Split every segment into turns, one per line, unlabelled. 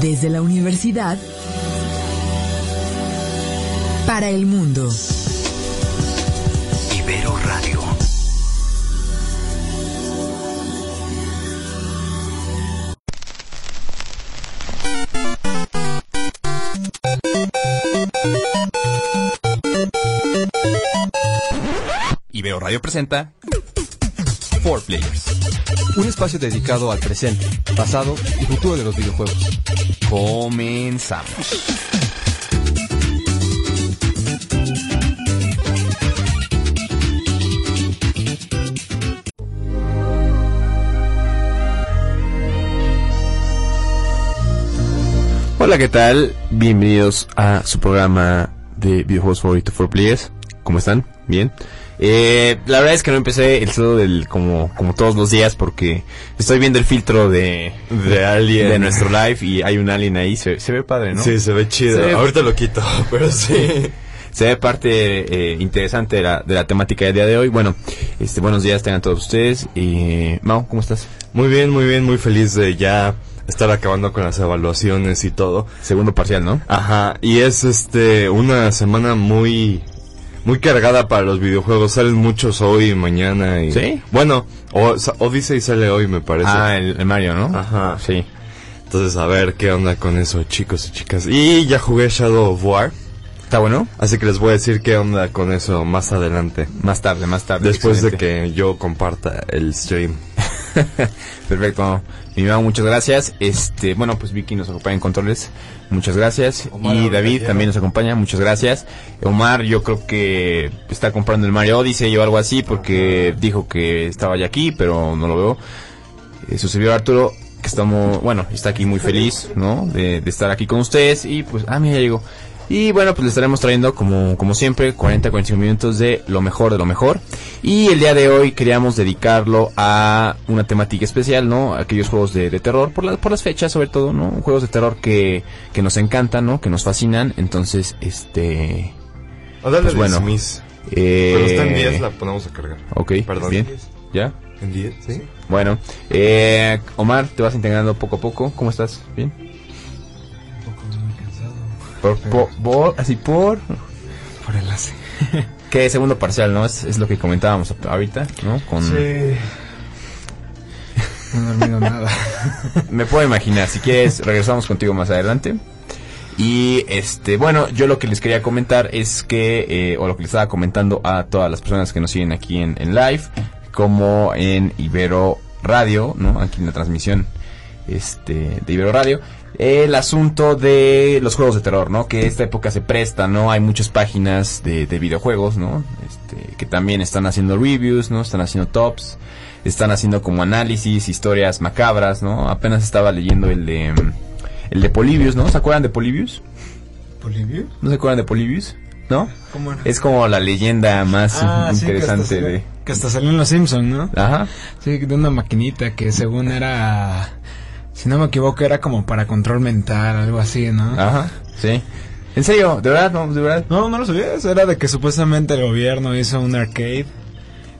Desde la universidad para el mundo.
Ibero Radio.
Ibero Radio presenta Four Players
Un espacio dedicado al presente, pasado y futuro de los videojuegos.
Comenzamos.
Hola, ¿qué tal? Bienvenidos a su programa de videojuegos favorito for players. ¿Cómo están? Bien. Eh, la verdad es que no empecé el saludo del como, como todos los días porque estoy viendo el filtro de,
De Alien.
de nuestro live y hay un alien ahí. Se, se ve padre, ¿no?
Sí, se ve chido.
Sí.
Ahorita lo quito, pero sí.
Se ve parte eh, interesante de la, de la temática del día de hoy. Bueno, este, buenos días tengan todos ustedes. Y, Mau, ¿cómo estás?
Muy bien, muy bien, muy feliz de ya estar acabando con las evaluaciones y todo.
Segundo parcial, ¿no?
Ajá, y es este una semana muy muy cargada para los videojuegos. Salen muchos hoy, mañana y
¿Sí?
Bueno, o, sa- Odyssey sale hoy, me parece.
Ah, el, el Mario, ¿no?
Ajá.
Sí.
Entonces, a ver qué onda con eso, chicos y chicas. Y ya jugué Shadow of War,
¿Está bueno?
así que les voy a decir qué onda con eso más adelante.
Más tarde, más tarde.
Después
Excelente.
de que yo comparta el stream.
Perfecto, mi mamá, muchas gracias. Este, bueno, pues Vicky nos acompaña en controles, muchas gracias.
Omar,
y
ahora
David
ya.
también nos acompaña, muchas gracias. Omar, yo creo que está comprando el Mario Odyssey o algo así, porque dijo que estaba ya aquí, pero no lo veo. Eh, su servidor Arturo, que estamos, bueno, está aquí muy feliz, ¿no? De, de estar aquí con ustedes. Y pues, ah, mira, ya llegó. Y bueno, pues le estaremos trayendo, como, como siempre, 40-45 minutos de lo mejor de lo mejor. Y el día de hoy queríamos dedicarlo a una temática especial, ¿no? Aquellos juegos de, de terror, por, la- por las fechas sobre todo, ¿no? Juegos de terror que, que nos encantan, ¿no? Que nos fascinan. Entonces, este...
Pues
bueno. eh,
Pero está en 10, la ponemos a cargar.
Ok,
Perdón.
bien. ¿Ya?
¿En 10? Sí.
Bueno, eh, Omar, te vas integrando poco a poco. ¿Cómo estás? ¿Bien? Por, por, por- así por...
Por el AC.
Que segundo parcial, ¿no? Es, es lo que comentábamos ahorita, ¿no? Con,
No he dormido nada.
Me puedo imaginar, si quieres regresamos contigo más adelante. Y este, bueno, yo lo que les quería comentar es que, eh, o lo que les estaba comentando a todas las personas que nos siguen aquí en, en live, como en Ibero Radio, ¿no? Aquí en la transmisión este, de Ibero Radio. El asunto de los juegos de terror, ¿no? Que esta época se presta, ¿no? Hay muchas páginas de, de videojuegos, ¿no? Este, que también están haciendo reviews, ¿no? Están haciendo tops, están haciendo como análisis, historias macabras, ¿no? Apenas estaba leyendo el de, mm, el de Polybius, ¿no? ¿Se acuerdan de Polybius?
¿Polivio?
¿No se acuerdan de Polybius? ¿No?
¿Cómo era?
Es como la leyenda más
Ah, sí, que hasta
interesante
salió-
de...
Que hasta salió en Los Simpsons, ¿no?
Ajá.
Sí, de una maquinita que según era... Si no me equivoco, era como para control mental, algo así, ¿no?
Ajá, sí. En serio, de verdad, no, de verdad.
No, no lo sabías. Era de que supuestamente el gobierno hizo un arcade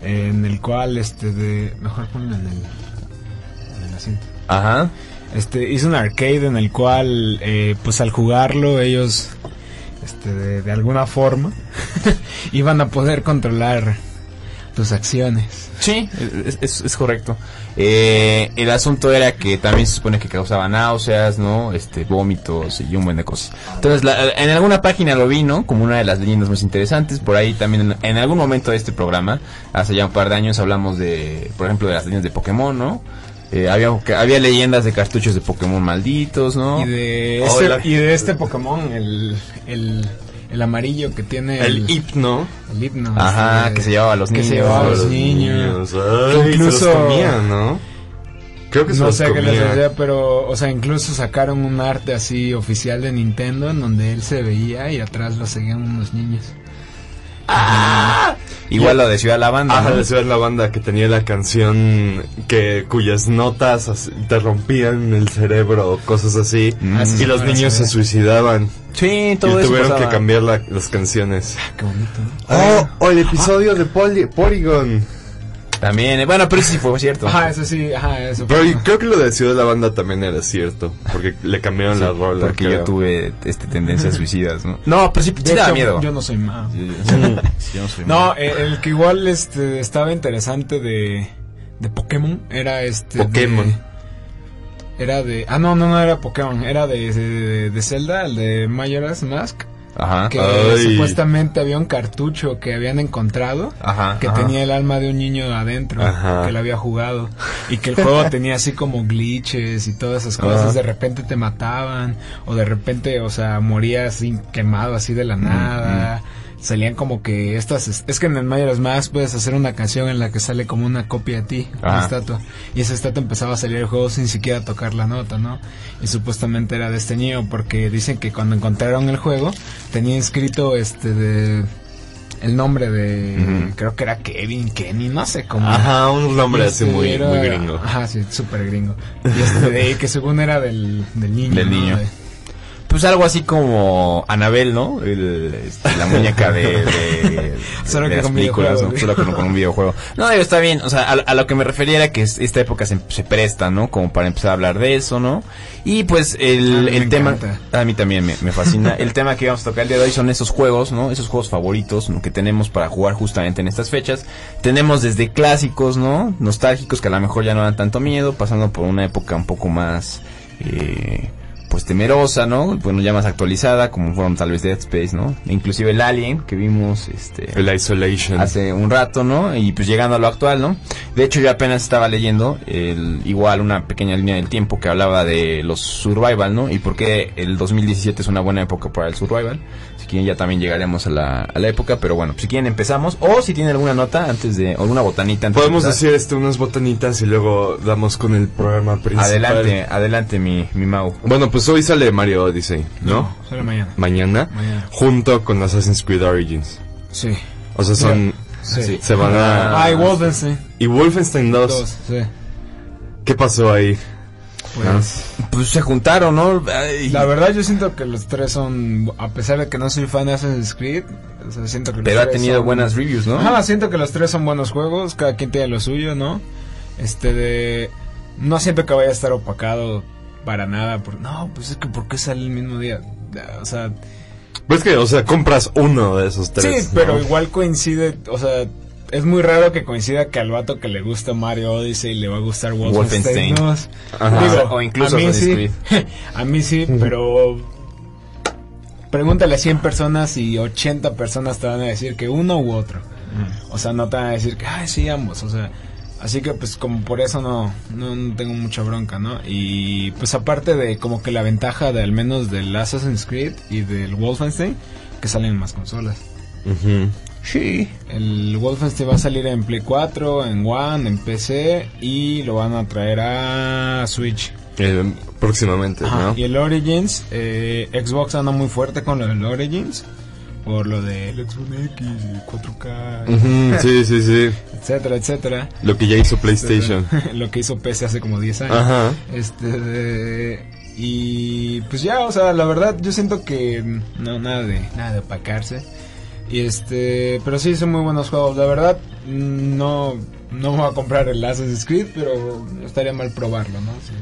eh, en el cual, este, de... Mejor ponlo en el, en el asiento.
Ajá.
Este, hizo un arcade en el cual, eh, pues al jugarlo, ellos, este, de, de alguna forma, iban a poder controlar tus acciones.
Sí, es, es- es correcto. Eh, el asunto era que también se supone que causaba náuseas, ¿no? Este, vómitos y un buen de cosas. Entonces, la- en alguna página lo vi, ¿no? Como una de las leyendas más interesantes. Por ahí también, en, en algún momento de este programa, hace ya un par de años, hablamos de, por ejemplo, de las leyendas de Pokémon, ¿no? Eh, había, había leyendas de cartuchos de Pokémon malditos, ¿no?
Y, de
Oh,
este,
la-
y de este Pokémon, el, el, el amarillo que tiene
El hipno. Ah,
el hipno.
Ajá,
este,
que se llevaba a los
que se
niños.
llevaba a
Los
los niños.
Ay,
Que
incluso...
incluso-
Se los comía, ¿no? Creo que se
No
los
sé qué les
comía.
hacía, pero, o sea, incluso sacaron un arte así oficial de Nintendo en donde él se veía y atrás lo seguían unos niños.
Igual lo de Ciudad Lavanda.
Ajá,
¿no?
les hacía la banda que tenía la canción que cuyas notas as- te rompían el cerebro o cosas así.
Ah, sí,
y los
ahora
niños
se
se
ve.
suicidaban.
Sí, todo
y
eso
tuvieron
pasaba.
que cambiar la- las canciones.
Qué bonito.
Oh, o el episodio de Poly- Polygon.
También, eh, bueno, pero eso sí fue cierto.
Ajá, eso sí, ajá, eso.
Pero
fue-
y creo que lo de Ciudad de la Banda también era cierto. Porque le cambiaron la rola.
Porque
creo.
yo tuve este, tendencias suicidas, ¿no? No, pero sí,
De
sí daba
hecho,
miedo.
Yo no soy más.
Sí, yo- sí, yo no soy
No,
malo.
eh, el que igual este estaba interesante de, de Pokémon era este. de-
Pokémon.
era de. Ah, no, no, no era Pokémon. Era de, de, de Zelda, el de Majora's Mask.
Ajá.
Que
Ay.
supuestamente había un cartucho que habían encontrado.
Ajá.
Que
ajá.
tenía el alma de un niño adentro,
Ajá.
que lo había jugado. Y que el juego tenía así como glitches y todas esas cosas.
Ajá.
De repente te mataban, o de repente, o sea, morías así quemado así de la nada. Salían como que estas. es- Es que en el Majora's Mask puedes hacer una canción en la que sale como una copia de ti, una
Ajá.
estatua. Y esa estatua empezaba a salir el juego sin siquiera tocar la nota, ¿no? Y supuestamente era de este niño, porque dicen que cuando encontraron el juego tenía inscrito este de el nombre de creo que era Kevin, Kenny, no sé cómo.
Ajá, un nombre así
Este,
muy,
era-
muy gringo.
Ajá, sí, súper gringo. Y este de- que según era del, del niño.
Del
¿no?
niño.
De-
Pues algo así como Anabel, ¿no? El, este, la muñeca de, de,
Solo
de
que
las
con
películas, ¿no?
videojuegos.
Solo que con un videojuego. No, digo, está bien. O sea, a, a lo que me refería era que es- esta época se, se presta, ¿no? Como para empezar a hablar de eso, ¿no? Y pues
A
el,
mí
el
me
tema...
encanta.
Ah, A mí también me, me fascina. el tema que vamos a tocar el día de hoy son esos juegos, ¿no? Esos juegos favoritos ¿no? que tenemos para jugar justamente en estas fechas. Tenemos desde clásicos, ¿no? Nostálgicos que a lo mejor ya no dan tanto miedo, pasando por una época un poco más... eh, pues temerosa, ¿no? Bueno, ya más actualizada, como fueron tal vez Dead Space, ¿no? E Inclusive el Alien que vimos, este
El Isolation.
hace un rato, ¿no? Y pues llegando a lo actual, ¿no? De hecho, yo apenas estaba leyendo el, igual una pequeña línea del tiempo que hablaba de los survival, ¿no? Y por qué el 2017 es una buena época para el survival. Si quieren, ya también llegaremos a la, a la época, pero bueno, pues, si quieren empezamos. O si tienen alguna nota antes de, o alguna botanita antes de
Podemos
empezar.
decir este, unas botanitas y luego damos con el programa principal.
Adelante, adelante, mi, mi Mau.
Bueno, pues hoy sale Mario Odyssey, ¿no?
Solo mañana.
Mañana,
Mañana.
junto con Assassin's Creed Origins.
Sí.
O sea, son.
Sí.
Sí.
Se van a.
Ay, Wolfenstein.
Y Wolfenstein 2.
Dos, sí.
¿Qué pasó ahí?
Pues,
Pues se juntaron, ¿no? Ay,
la verdad yo siento que los tres son, a pesar de que no soy fan de Assassin's Creed, o sea, siento que los
pero ha
tres
tenido
son-
buenas reviews, ¿no?
Ajá, siento que los tres son buenos juegos, cada quien tiene lo suyo, ¿no? Este de... No siento que vaya a estar opacado para nada. Por, no, pues es que ¿por qué sale el mismo día? O sea,
Pues que, o sea, compras uno de esos tres.
sí, pero
¿no?
igual coincide, o sea, es muy raro que coincida que al vato que le gusta Mario Odyssey le va a gustar
Wolfenstein.
Wolfenstein. dos.
Ajá.
Digo,
O incluso
a mí sí,
Assassin's
a mí sí, pero pregúntale a 100 personas y 80 personas te van a decir que uno u otro. O sea, no te van a decir que, ay, sí, ambos, o sea, así que pues como por eso no, no, no tengo mucha bronca, ¿no? Y pues aparte de como que la ventaja de al menos del Assassin's Creed y del Wolfenstein, que salen en más consolas.
Ujú.
Sí.
El Wolfenstein va a salir en Play 4, en One, en PC y lo van a traer a Switch.
Eh, próximamente,
Ajá,
¿no?
Y el Origins, eh, Xbox anda muy fuerte con lo del Origins, por lo del Xbox X, el 4K,
Ujú, sí, sí, sí.
etcétera, etcétera.
Lo que ya hizo PlayStation.
lo que hizo PC hace como 10 años.
Ajá.
Este, de- y pues ya, o sea, la verdad, yo siento que mm, no, nada de, nada de opacarse. Y este, pero sí, son muy buenos juegos. La verdad, mm, no, no me voy a comprar el Assassin's Creed, pero no estaría mal probarlo, ¿no? Sí.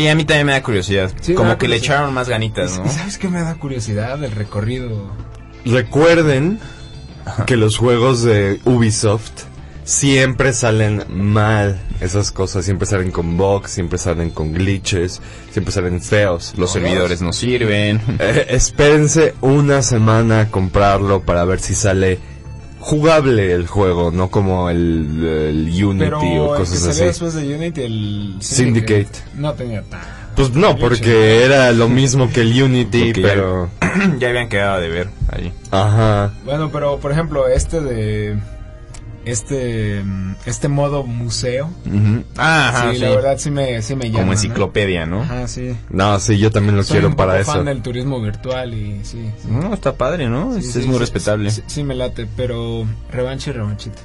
Sí, a mí también me da curiosidad.
Sí, me
Como
da
que le
curiosidad.
echaron más ganitas, ¿no?
¿Y sabes qué me da curiosidad? El recorrido.
Recuerden que los juegos de Ubisoft siempre salen mal. Esas cosas siempre salen con bugs, siempre salen con glitches, siempre salen feos.
Los servidores no sirven.
Eh, espérense una semana a comprarlo para ver si sale jugable el juego, no como el, el Unity
Pero
o
el que
cosas
salió
así.
después de Unity, el
Syndicate.
No tenía tan.
Pues no,
Glitches.
porque era lo mismo que el Unity,
Porque ya-
pero...
ya habían quedado de ver ahí.
Ajá.
Bueno, pero por ejemplo, este de. Este. mm, Este modo museo.
Ah,
sí, la verdad sí me, sí me llama.
Como
¿no?
enciclopedia, ¿no?
Ajá, sí.
No, sí, yo también lo
Soy
quiero
un
para
poco
eso.
fan del turismo virtual y sí. sí.
No, está padre, ¿no?
Sí,
es,
sí,
es muy
sí,
respetable.
Sí, sí me late, pero revanche y revanchita.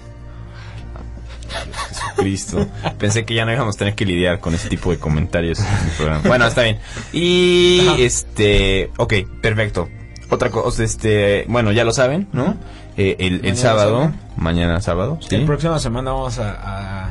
Cristo. Pensé que ya no íbamos a tener que lidiar con ese tipo de comentarios en el programa. Bueno, está bien. Y este, ok, perfecto. Otra cosa, este, bueno, ya lo saben, ¿no? eh, el, el
Mañana
sábado,
sábado.
mañana sábado, ¿sí?
La próxima semana vamos a, a-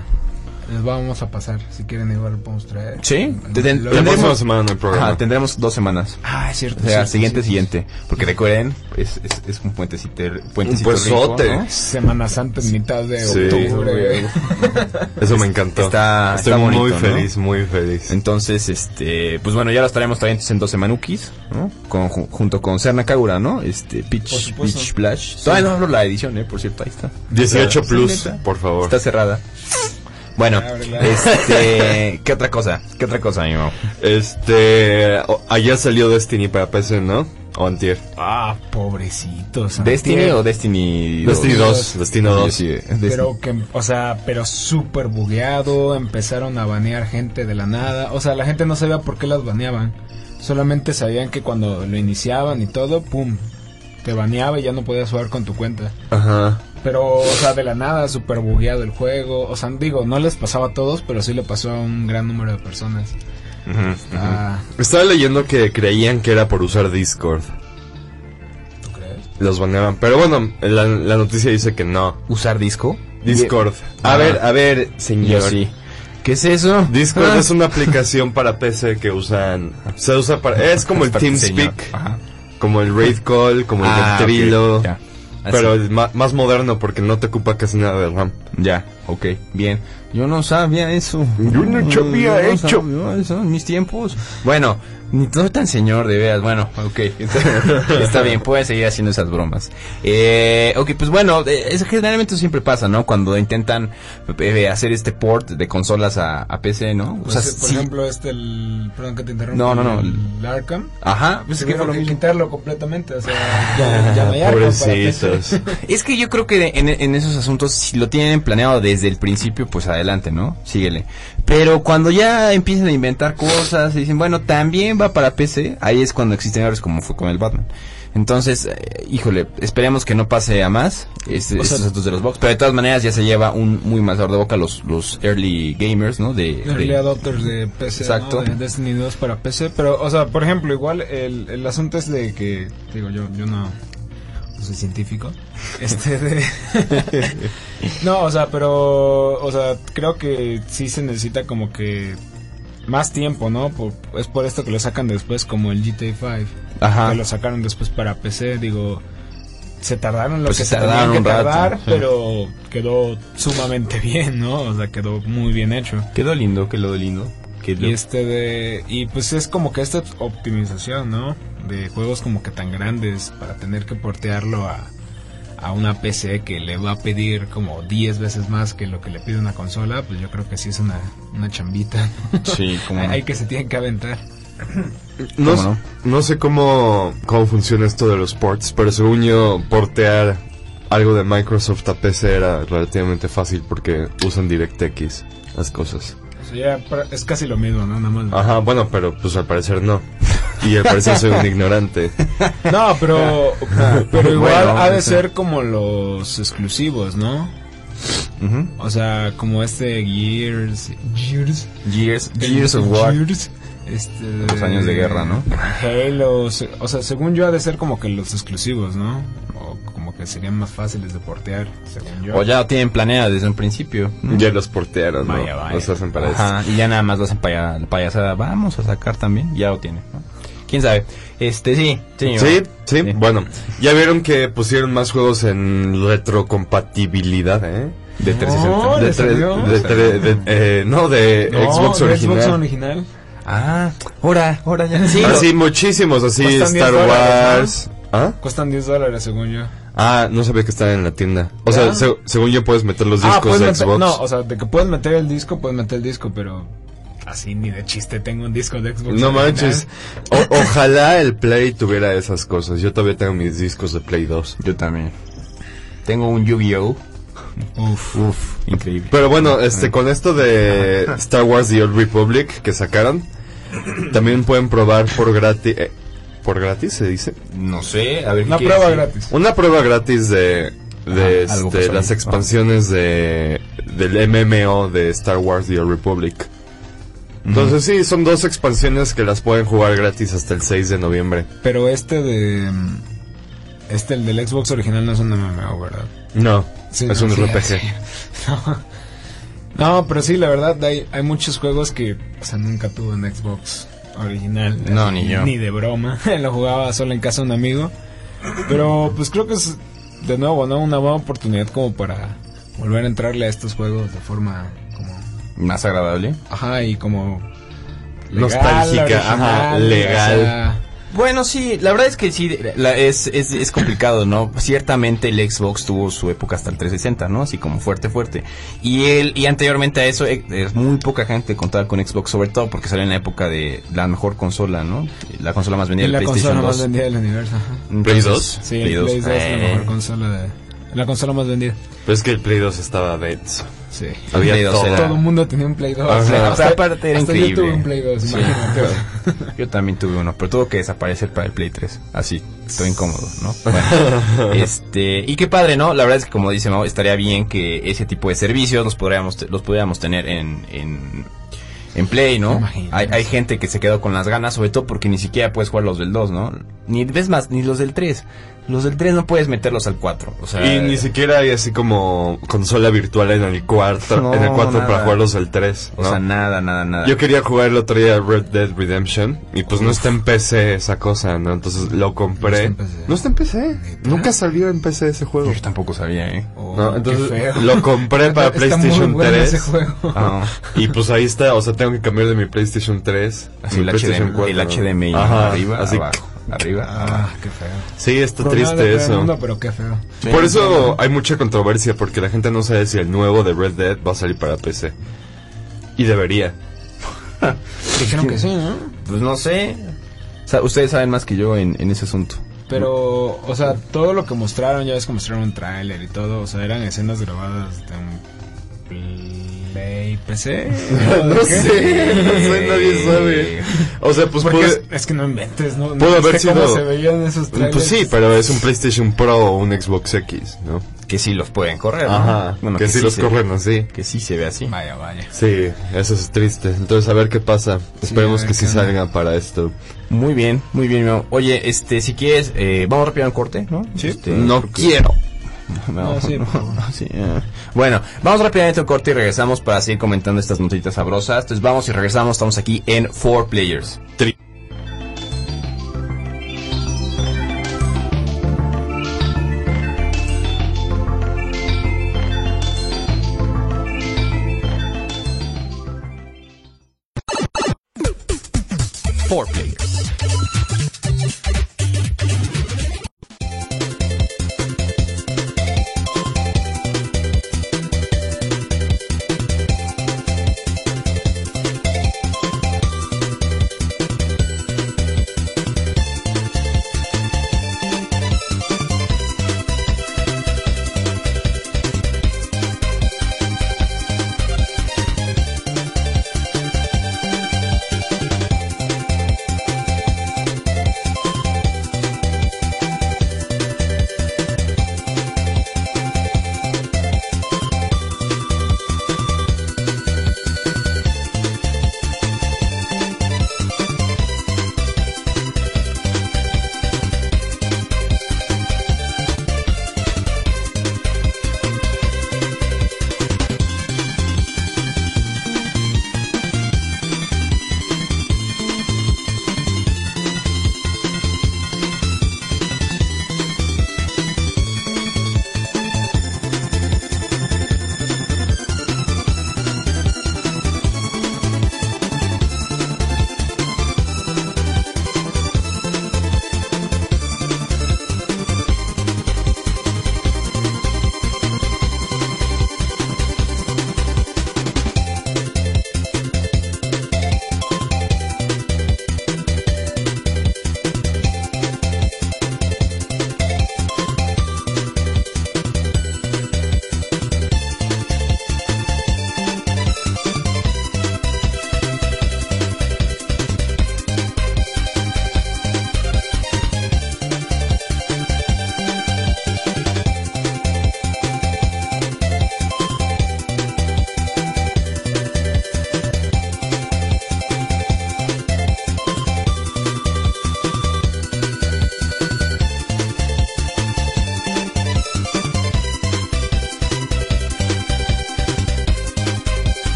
Les vamos a pasar. Si quieren, igual lo podemos traer.
Sí,
Lo-
te- te-
lo-
La
tendremos-
próxima semana no hay programa.
Ajá, tendremos dos semanas.
Ah, es cierto.
O sea,
cierto,
siguiente,
cierto.
siguiente. Porque recuerden, es, es, es un puentecito,
Un
puentecito
puesote.
Pues rico, ¿no?
Semana Santa en mitad de
Sí.
octubre.
Eso me encantó.
Está-
Estoy
está
muy
bonito, ¿no?
feliz, muy feliz.
Entonces, este, pues bueno, ya los traemos también entonces, en 12 manukis, ¿no? Con, ju- junto con Serna Kagura, ¿no? Este,
Por
Peach,
supuesto.
Peach Flash. Todavía no hablo la edición, ¿eh? Por cierto, ahí está.
18
Sí,
plus,
neta.
por favor.
Está cerrada. Bueno,
Ábrela.
este, ¿qué otra cosa? ¿Qué otra cosa, mi Mau?
Ah,
Este. o- Ayer salió Destiny para PC, ¿no? O Antier.
Ah, pobrecitos.
¿Destiny
antier.
o Destiny 2?
Destiny 2. Destiny
Yo
2.
sí, eh, Destiny.
Pero que, o sea, pero súper bugueado, empezaron a banear gente de la nada. O sea, la gente no sabía por qué las baneaban. Solamente sabían que cuando lo iniciaban y todo, pum, te baneaba y ya no podías jugar con tu cuenta.
Ajá.
Pero, o sea, de la nada, súper bugueado el juego. O sea, digo, no les pasaba a todos, pero sí le pasó a un gran número de personas. Ah,
Estaba leyendo que creían que era por usar Discord.
¿tú crees?
Los baneaban. Pero bueno, la, la noticia dice que no.
¿Usar disco?
Discord.
Ah.
A ver, a ver,
Yo
señor.
sí. ¿Qué es eso?
Discord
Ah.
es una aplicación para PC que usan. Se usa para. Es como el
Para tu
TeamSpeak,
señor. Ajá.
como el Raid Call, como el
Ah, ok,
Coctrilo,
ya. Así.
Pero el ma- más moderno porque no te ocupa casi nada de RAM.
Ya, ok, bien. Yo no sabía eso.
Yo no sabía
no
hecho.
sabía eso en mis tiempos. Bueno, ni no tan señor de veras. Bueno, ok. Está, está bien, puedes seguir haciendo esas bromas. Eh, ok, pues bueno, eh, es, generalmente eso siempre pasa, ¿no? Cuando intentan eh, hacer este port de consolas a, a PC, ¿no? O sea,
Pues, por
sí.
ejemplo, este, el, perdón que te interrumpa.
No, no, no.
El Arkham.
Ajá, pues es que fue
Tuvieron
lo
que
mismo.
quitarlo completamente, o sea, ya, ya no hay Arkham para PC.
Ah, Pobrecitos.
Es que yo creo que en, en esos asuntos, si lo tienen planeado desde el principio, pues adelante, ¿no? Síguele. Pero cuando ya empiezan a inventar cosas y dicen, bueno, también va para PC, ahí es cuando existen errores como fue con el Batman. Entonces, eh, híjole, esperemos que no pase a más este, estos asuntos de los box. Pero de todas maneras ya se lleva un muy mal sabor de boca los, los early gamers, ¿no? De,
Early
de-
adopters de PC,
Exacto.
¿no? de Destiny 2 para PC, pero, o sea, por ejemplo, igual el, el asunto es de que, digo, yo, yo no, no soy científico, este de... no, o sea, pero, o sea, creo que sí se necesita como que más tiempo, ¿no? Por- es por esto que lo sacan después, como el GTA 5,
Ajá.
que lo sacaron después para PC, digo... Se tardaron lo
Pues
que
se
se
tardaron
tardaron que
un rato,
tardar,
sí.
pero quedó sumamente bien, ¿no? O sea, quedó muy bien hecho.
Quedó lindo, quedó lindo. Quedó-
Y este de. Y pues es como que esta optimización, ¿no? De juegos como que tan grandes para tener que portearlo a, a una PC que le va a pedir como 10 veces más que lo que le pide una consola, pues yo creo que sí es una, una chambita. ¿no?
Sí, como...
Hay hay que se tienen que aventar.
¿Cómo
No, s-
no?
no sé cómo, cómo funciona esto de los ports, pero según yo, portear algo de Microsoft a PC era relativamente fácil porque usan DirectX las cosas.
O sea, ya pra- es casi lo mismo, ¿no? Nada más.
Ah.
Ajá, bueno, pero pues al parecer no. Y al parecer soy un ignorante.
No, pero, pero igual
Bueno,
ha de
sí.
ser como los exclusivos, ¿no?
Ujú.
O sea, como este Gears. Gears.
Years, years of War.
Years, este,
Los años de guerra, ¿no?
Halo, se- o sea, según yo ha de ser como que los exclusivos, ¿no? O como que serían más fáciles de portear, según yo.
O ya lo tienen planeado desde un principio.
ya los portearon, ¿no?
Vaya, vaya.
Los hacen para eso.
Ajá, y ya nada más lo hacen paya- payasada. Vamos a sacar también, ya lo tiene. ¿no? ¿Quién sabe? Este, sí, sí.
Sí, sí,
Sí.
bueno. Ya vieron que pusieron más juegos en retrocompatibilidad, ¿eh?
De 360.
No,
de
Oh, ¿le
tres-
salió?
de tres- de- eh, no, de
No,
Xbox
¿de
original.
Xbox original.
Ah, ahora, ahora ya. Sí,
Así muchísimos, así
Cuestan 10
Star
dólares,
Wars. ¿Ah?
Cuestan 10 dólares, según yo.
Ah, no sabía que estaban en la tienda. O
¿Ya?
sea,
Ah,
se- según yo puedes meter los discos
puedes
de
meter-
Xbox.
No, o sea, de que puedes meter el disco, puedes meter el disco, pero así ni de chiste tengo un disco de Xbox.
No
original.
manches. O- ojalá el Play tuviera esas cosas. Yo todavía tengo mis discos de Play 2.
Yo también. Tengo un Yu-Gi-Oh!
Uf.
Uf, increíble.
Pero bueno, este con esto de Star Wars The Old Republic que sacaron, también pueden probar por gratis. ¿Por gratis se dice?
No sé, a ver.
Una
¿qué
prueba
quiere decir?
gratis.
Una prueba gratis de, de
Ajá, algo
este,
pasó ahí.
las
Ah.
expansiones de, del MMO de Star Wars The Old Republic. Entonces sí, son dos expansiones que las pueden jugar gratis hasta el 6 de noviembre.
Pero este de. mm, Este, el del Xbox original, no es un MMO, ¿verdad?
No,
Sí,
es
no,
un
sí,
RPG.
sí. No. No, pero sí, la verdad, hay, hay muchos juegos que, o sea, nunca tuve en Xbox original.
No, ni yo.
Ni de broma. Lo jugaba solo en casa de un amigo. Pero, pues creo que es, de nuevo, ¿no? Una buena oportunidad como para volver a entrarle a estos juegos de forma como...
Más agradable.
Ajá, y como...
Nostálgica, ajá, legal.
o sea,
Bueno, sí, la verdad es que sí, la- es, es, es complicado, ¿no? Ciertamente el Xbox tuvo su época hasta el 360, ¿no? Así como fuerte, fuerte. Y él, y anteriormente a eso, eh, es muy poca gente contaba con Xbox, sobre todo porque salió en la época de la mejor consola, ¿no? La consola más vendida,
es
el
la
PlayStation
consola
2.
más vendida del universo. ajá.
¿Play
Entonces,
2?
Sí,
Play
el Play 2 es la
eh.
mejor consola de... La consola más vendida.
Pero es que el Play 2 estaba denso.
Sí.
Había
Play 2
todo.
era-
Todo el mundo tenía un Play 2.
Ajá.
O sea,
O sea, aparte era
hasta
increíble.
Yo tuve un Play 2,
Sí.
imagínate.
Yo también tuve uno, pero tuvo que desaparecer para el Play 3. Así, estoy incómodo, ¿no? Bueno, este, y qué padre, ¿no? La verdad es que, como dice Mau, estaría bien que ese tipo de servicios los podríamos, te- los pudiéramos tener en, en, en Play, ¿no?
Imagínate.
Hay, hay gente que se quedó con las ganas, sobre todo porque ni siquiera puedes jugar los del 2, ¿no? Ni, ves más, ni los del 3. Los del 3 no puedes meterlos al 4. O sea,
Y ni siquiera hay así como consola virtual en el cuarto,
No,
en el cuarto
nada.
para jugarlos al 3.
o sea, nada, nada, nada.
Yo quería jugar el otro día Red Dead Redemption y pues no está en PC esa cosa, ¿no? Entonces lo compré.
No está en PC.
No está en PC. Nunca salió en PC ese juego.
Yo tampoco sabía, ¿eh?
Oh,
No,
qué
entonces
feo.
lo compré para
Está- está
PlayStation
muy bueno
3.
ese juego.
Ah.
Y pues ahí está, o sea, tengo que cambiar de mi PlayStation 3 a
Así
mi
el,
PlayStation
HDMI, el HDMI
Ajá,
arriba,
así.
abajo, arriba, abajo.
Ah, qué feo.
Sí, está
Problema
triste
de todo el
eso.
mundo, pero qué feo.
Por eso hay mucha controversia, porque la gente no sabe si el nuevo de Red Dead va a salir para PC. Y debería.
Dijeron que sí, ¿no?
Pues no sé. O sea, ustedes saben más que yo en, en ese asunto.
Pero, o sea, todo lo que mostraron, ya ves que mostraron un tráiler y todo, o sea, eran escenas grabadas de un Play PC.
No sé, no sé, nadie sabe. O sea, pues
Porque es,
puede-
es que no inventes, ¿no? No
Pudo haber
sé cómo
sido-
se veían esos trailers.
Pues sí, pero es un PlayStation Pro o un Xbox X, ¿no?
Que sí los pueden correr, ¿no?
Ajá,
Bueno,
que, sí, los
se-
corren así.
Que sí se ve así.
Vaya, vaya.
Sí, eso es triste. Entonces, a ver qué pasa. Esperemos
a ver
que sí
qué onda.
salga para esto.
Muy bien, muy bien. mi amor. Oye, este, si quieres, eh, vamos rápido al corte, ¿no?
Sí.
Este,
no
creo que-
quiero.
No,
No, sí,
no,
por favor.
no, sí, eh. Bueno, vamos rápidamente al corte y regresamos para seguir comentando estas notitas sabrosas. Entonces vamos y regresamos, estamos aquí en 4 Players.
Four Players.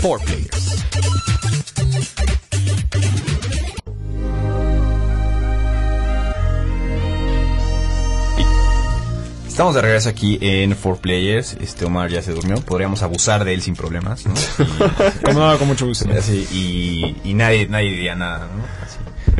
Four players.
Estamos de regreso aquí en Four Players. Este Omar ya se durmió. Podríamos abusar de él sin problemas, ¿no?
Como no, con mucho gusto.
Y, así, y, y nadie, nadie diría nada, ¿no? Así.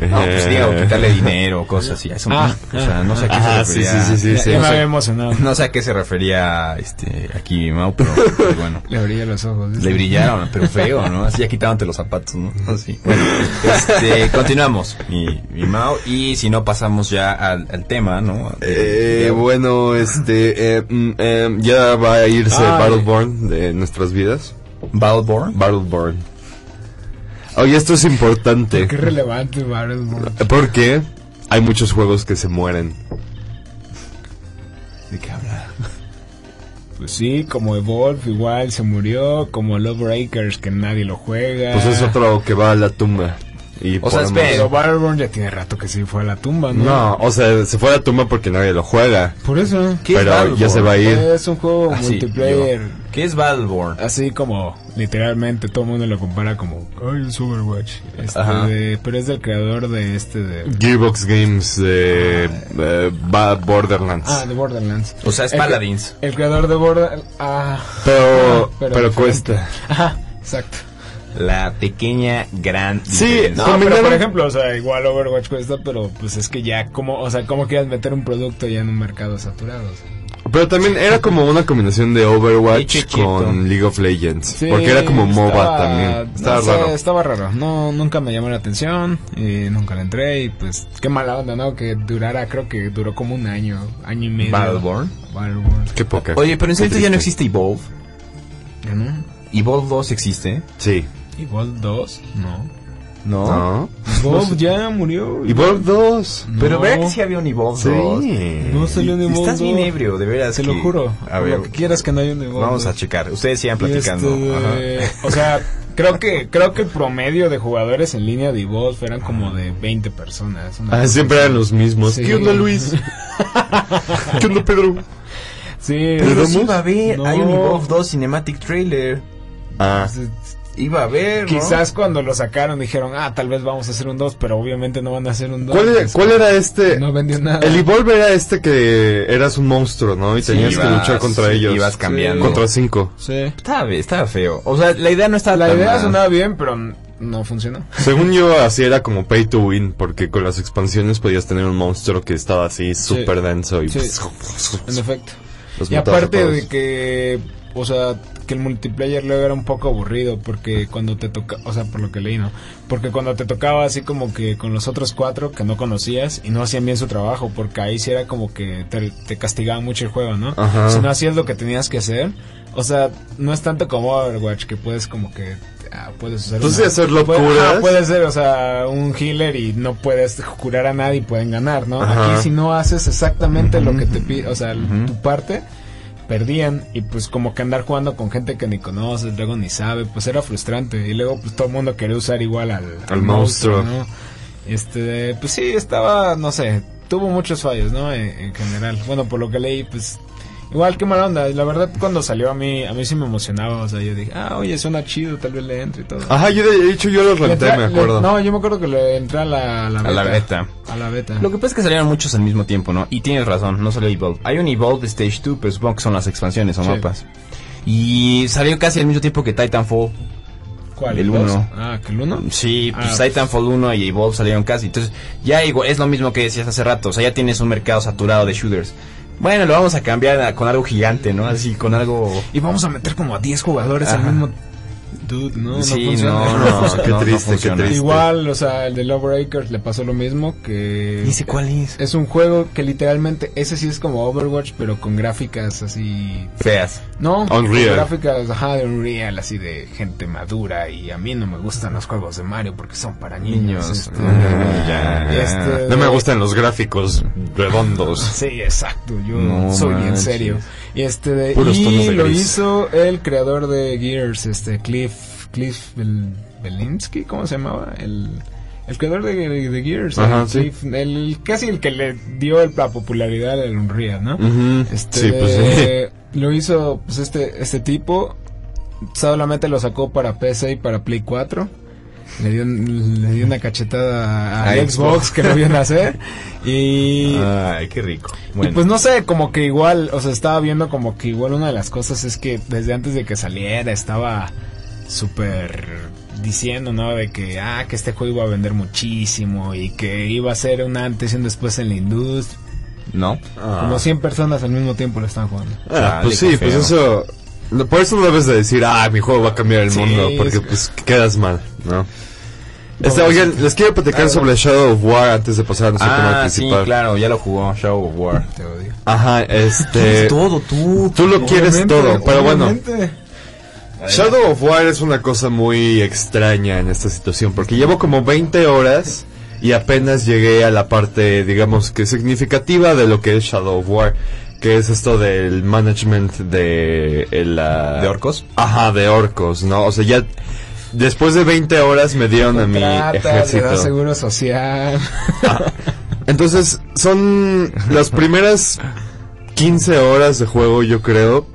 No, pues
Eh,
digo, quitarle dinero, cosas así. Eso,
Ah,
o sea, no sé a qué
ah,
se
sí,
refería.
sí, sí, sí,
Ya-
sí.
ya
no
me
sé.
había emocionado.
No sé a qué se refería este, aquí Mau, pero, pero bueno.
Le brilla los ojos.
Le brillaron, pero feo, ¿no? Así ya quitándote los zapatos, ¿no? Así. Bueno, este, continuamos, mi, mi Mao. Y si no, pasamos ya al, al tema, ¿no?
Eh, bueno, este, eh, mm, eh, ya va a irse
Ay.
Battleborn de nuestras vidas.
Battleborn.
Battleborn. Oye, esto es importante.
Qué relevante, Battleborn.
Porque hay muchos juegos que se mueren.
¿De qué habla?
Pues sí, como Evolve igual se murió, como Lawbreakers que nadie lo juega.
Pues es otro que va a la tumba. Y
Ah. O sea,
podemos-
espera.
Pero Battleborn ya tiene rato que sí fue a la tumba, ¿no?
No, o sea, se fue a la tumba porque nadie lo juega.
Por eso.
¿Qué es
pero ya
Battleborn?
se va a ir.
Es un juego
Ah, sí,
multiplayer.
yo. ¿Qué es Battleborn?
Así como literalmente todo el mundo lo compara como Ay, es Overwatch. Este
Ajá.
de- pero es del creador de este de
Gearbox Games de eh, va- Borderlands.
Ah, de Borderlands.
O sea, es
El-
Paladins.
El, creador de Borderlands. Ah,
pero,
Ah,
pero,
pero
cuesta.
ajá, exacto.
La pequeña, gran.
Sí,
diferencia.
no.
No, pero
Combinaron-
por ejemplo, o sea, igual Overwatch cuesta, pero pues es que ya como, o sea, cómo quieres meter un producto ya en un mercado saturado. O sea.
Pero también era como una combinación de Overwatch
Chiquito.
con League of Legends.
Sí,
porque era como MOBA
estaba-
también.
no
Estaba
sé,
raro.
Estaba raro. No, nunca me llamó la atención. eh, nunca le entré. Y pues, qué mala onda, ¿no? Que durara, creo que duró como un año, año y medio.
Battleborn.
Battleborn.
Qué poca.
Oye, pero en
Qué
cierto ya no
triste.
existe Evolve.
¿Ya no?
Evolve 2 existe,
Sí.
¿Y Gold 2? No.
¿no?
¿No?
Bob ya murió.
Y Borderlands 2.
Pero
No.
¿verdad que sí había un Evolve 2?
No salió un Evolve
Estás bien
2.
ebrio, de veras.
Se lo
que-
juro.
A ver,
Lo que quieras que no haya un Evolve
vamos a
2.
checar. Ustedes sigan
Y
platicando.
este, O sea, creo que creo que el promedio de jugadores en línea de Evolve eran como de 20 personas. una
Ah,
cosa
siempre eran los mismos.
Sí.
¿Qué onda, Luis? ¿Qué onda, Pedro?
Sí,
Pero
sí
sí iba a haber,
No.
hay un Evolve 2 Cinematic Trailer.
Ah,
Iba a haber, ¿no?
Quizás cuando lo sacaron dijeron, ah, tal vez vamos a hacer un 2, pero obviamente no van a hacer un 2.
¿cuál era, cuál era este?
No vendió nada.
El Evolve era este que eras un monstruo, ¿no? Y tenías que
ibas-
luchar contra
sí,
ellos.
ibas cambiando.
Contra cinco.
Sí.
Estaba, estaba feo. O sea, Ah, la idea no estaba
La
tan
idea
mal.
sonaba bien, pero n- no funcionó.
Según yo, así era como pay to win, porque con las expansiones podías tener un monstruo que estaba así súper denso y...
Sí. En efecto.
los
Y
matabas a
aparte
todos.
de que, o sea, que el multiplayer luego era un poco aburrido porque cuando te toca, o sea, por lo que leí, ¿no? Porque cuando te tocaba así como que con los otros cuatro que no conocías y no hacían bien su trabajo, porque ahí sí era como que te, te castigaba mucho el juego, ¿no?
Ajá.
Si no hacías lo que tenías que hacer, o sea, no es tanto como Overwatch que puedes como que ah, puedes hacer
Pues
una-
sí, hacer locuras.
Puede- ajá, puedes ser, o sea, un healer y no puedes curar a nadie y pueden ganar, ¿no?
Ajá.
Aquí si no haces exactamente lo que te pide, o sea, tu parte, perdían y pues como que andar jugando con gente que ni conoces, luego ni sabe, pues era frustrante y luego pues todo el mundo quería usar igual al,
Al monstruo.
¿no? Este, pues sí, estaba, no sé, tuvo muchos fallos, ¿no? En, en general. Bueno, por lo que leí, pues igual qué mala onda. La verdad cuando salió a mí, a mí sí me emocionaba, o sea, yo dije, ah, oye, suena chido, tal vez le entre y todo.
Ajá, yo de hecho yo lo
Le
renté,
entra-
Ah, me
le-
acuerdo.
no, yo me acuerdo que le entré a la, a la
A
beta.
la beta.
A la beta.
Lo que pasa es que salieron muchos al mismo tiempo, ¿no? Y tienes razón, no salió Evolve. Hay un Evolve Stage 2, pero supongo que son las expansiones o
Sí.
mapas. Y salió casi al mismo tiempo que Titanfall.
¿Cuál?
el
dos?
uno.
Ah, que el 1.
Sí,
Ah,
pues
pues.
Titanfall 1 y Evolve salieron casi. Entonces, ya igual, es lo mismo que decías hace rato. O sea, ya tienes un mercado saturado de shooters. Bueno, lo vamos a cambiar a- con algo gigante, ¿no? Así, con algo.
Y vamos a meter como a 10 jugadores al
Ajá.
mismo. Dude, no,
Sí,
no funciona.
no, no, no,
Qué
no
triste, qué
funciona.
triste.
Igual, o sea, el de Lawbreakers le pasó lo mismo que.
Dice cuál es.
Es un juego que literalmente, ese sí es como Overwatch, pero con gráficas así.
Feas.
No,
Unreal.
con gráficas, ajá, de Unreal, así de gente madura. Y a mí no me gustan los juegos de Mario porque son para niños.
Niños.
este,
Ah, ya, ya.
este,
No me gustan los gráficos redondos.
Sí, exacto. Yo
No
soy bien
manches.
serio. Y este de-
Puros tonos
y
de
lo
gris.
hizo el creador de Gears, este Cliff Cliff Bel- Belinsky, ¿cómo se llamaba? El el creador de, de Gears,
Ajá,
el,
sí.
Cliff- el- casi el que le dio el- la popularidad al Unreal, ¿no?
Ujú. pues,
Este,
Sí, pues sí.
Lo hizo pues, este, este tipo. solamente lo sacó para PC y para Play 4. Le dio, un- le dio una cachetada a,
A
Xbox,
Xbox.
que lo vio nacer. Y,
Ah,
Ay, qué rico.
y pues no sé, como que igual, o sea, estaba viendo como que igual una de las cosas es que desde antes de que saliera estaba súper diciendo, ¿no? De que, ah, que este juego iba a vender muchísimo y que iba a ser un antes y un después en la industria.
no.
Como 100 personas al mismo tiempo lo estaban jugando.
Ah, pues
Chale,
sí,
qué
pues
feo.
eso. lo- Por eso no debes de decir, ah, mi juego va a cambiar el
Sí,
mundo,
es-
porque pues quedas mal, ¿no? Este, oigan, les quiero platicar sobre Shadow of War antes de pasar a nuestro tema
Ah, sí,
principal.
claro, ya lo jugó Shadow of War. Eh,
Te odio.
Ajá, este.
Todo tú.
Tú lo quieres todo, pero bueno.
Obviamente.
Shadow of War es una cosa muy extraña en esta situación, porque llevo como 20 horas y apenas llegué a la parte, digamos que significativa de lo que es Shadow of War, que es esto del management de eh, la...
¿De orcos?
Ajá, de orcos, ¿no? O sea, ya después de 20 horas me dieron a mi
Contratas, le das
ejército.
seguro social.
Entonces, son las primeras 15 horas de juego, yo creo,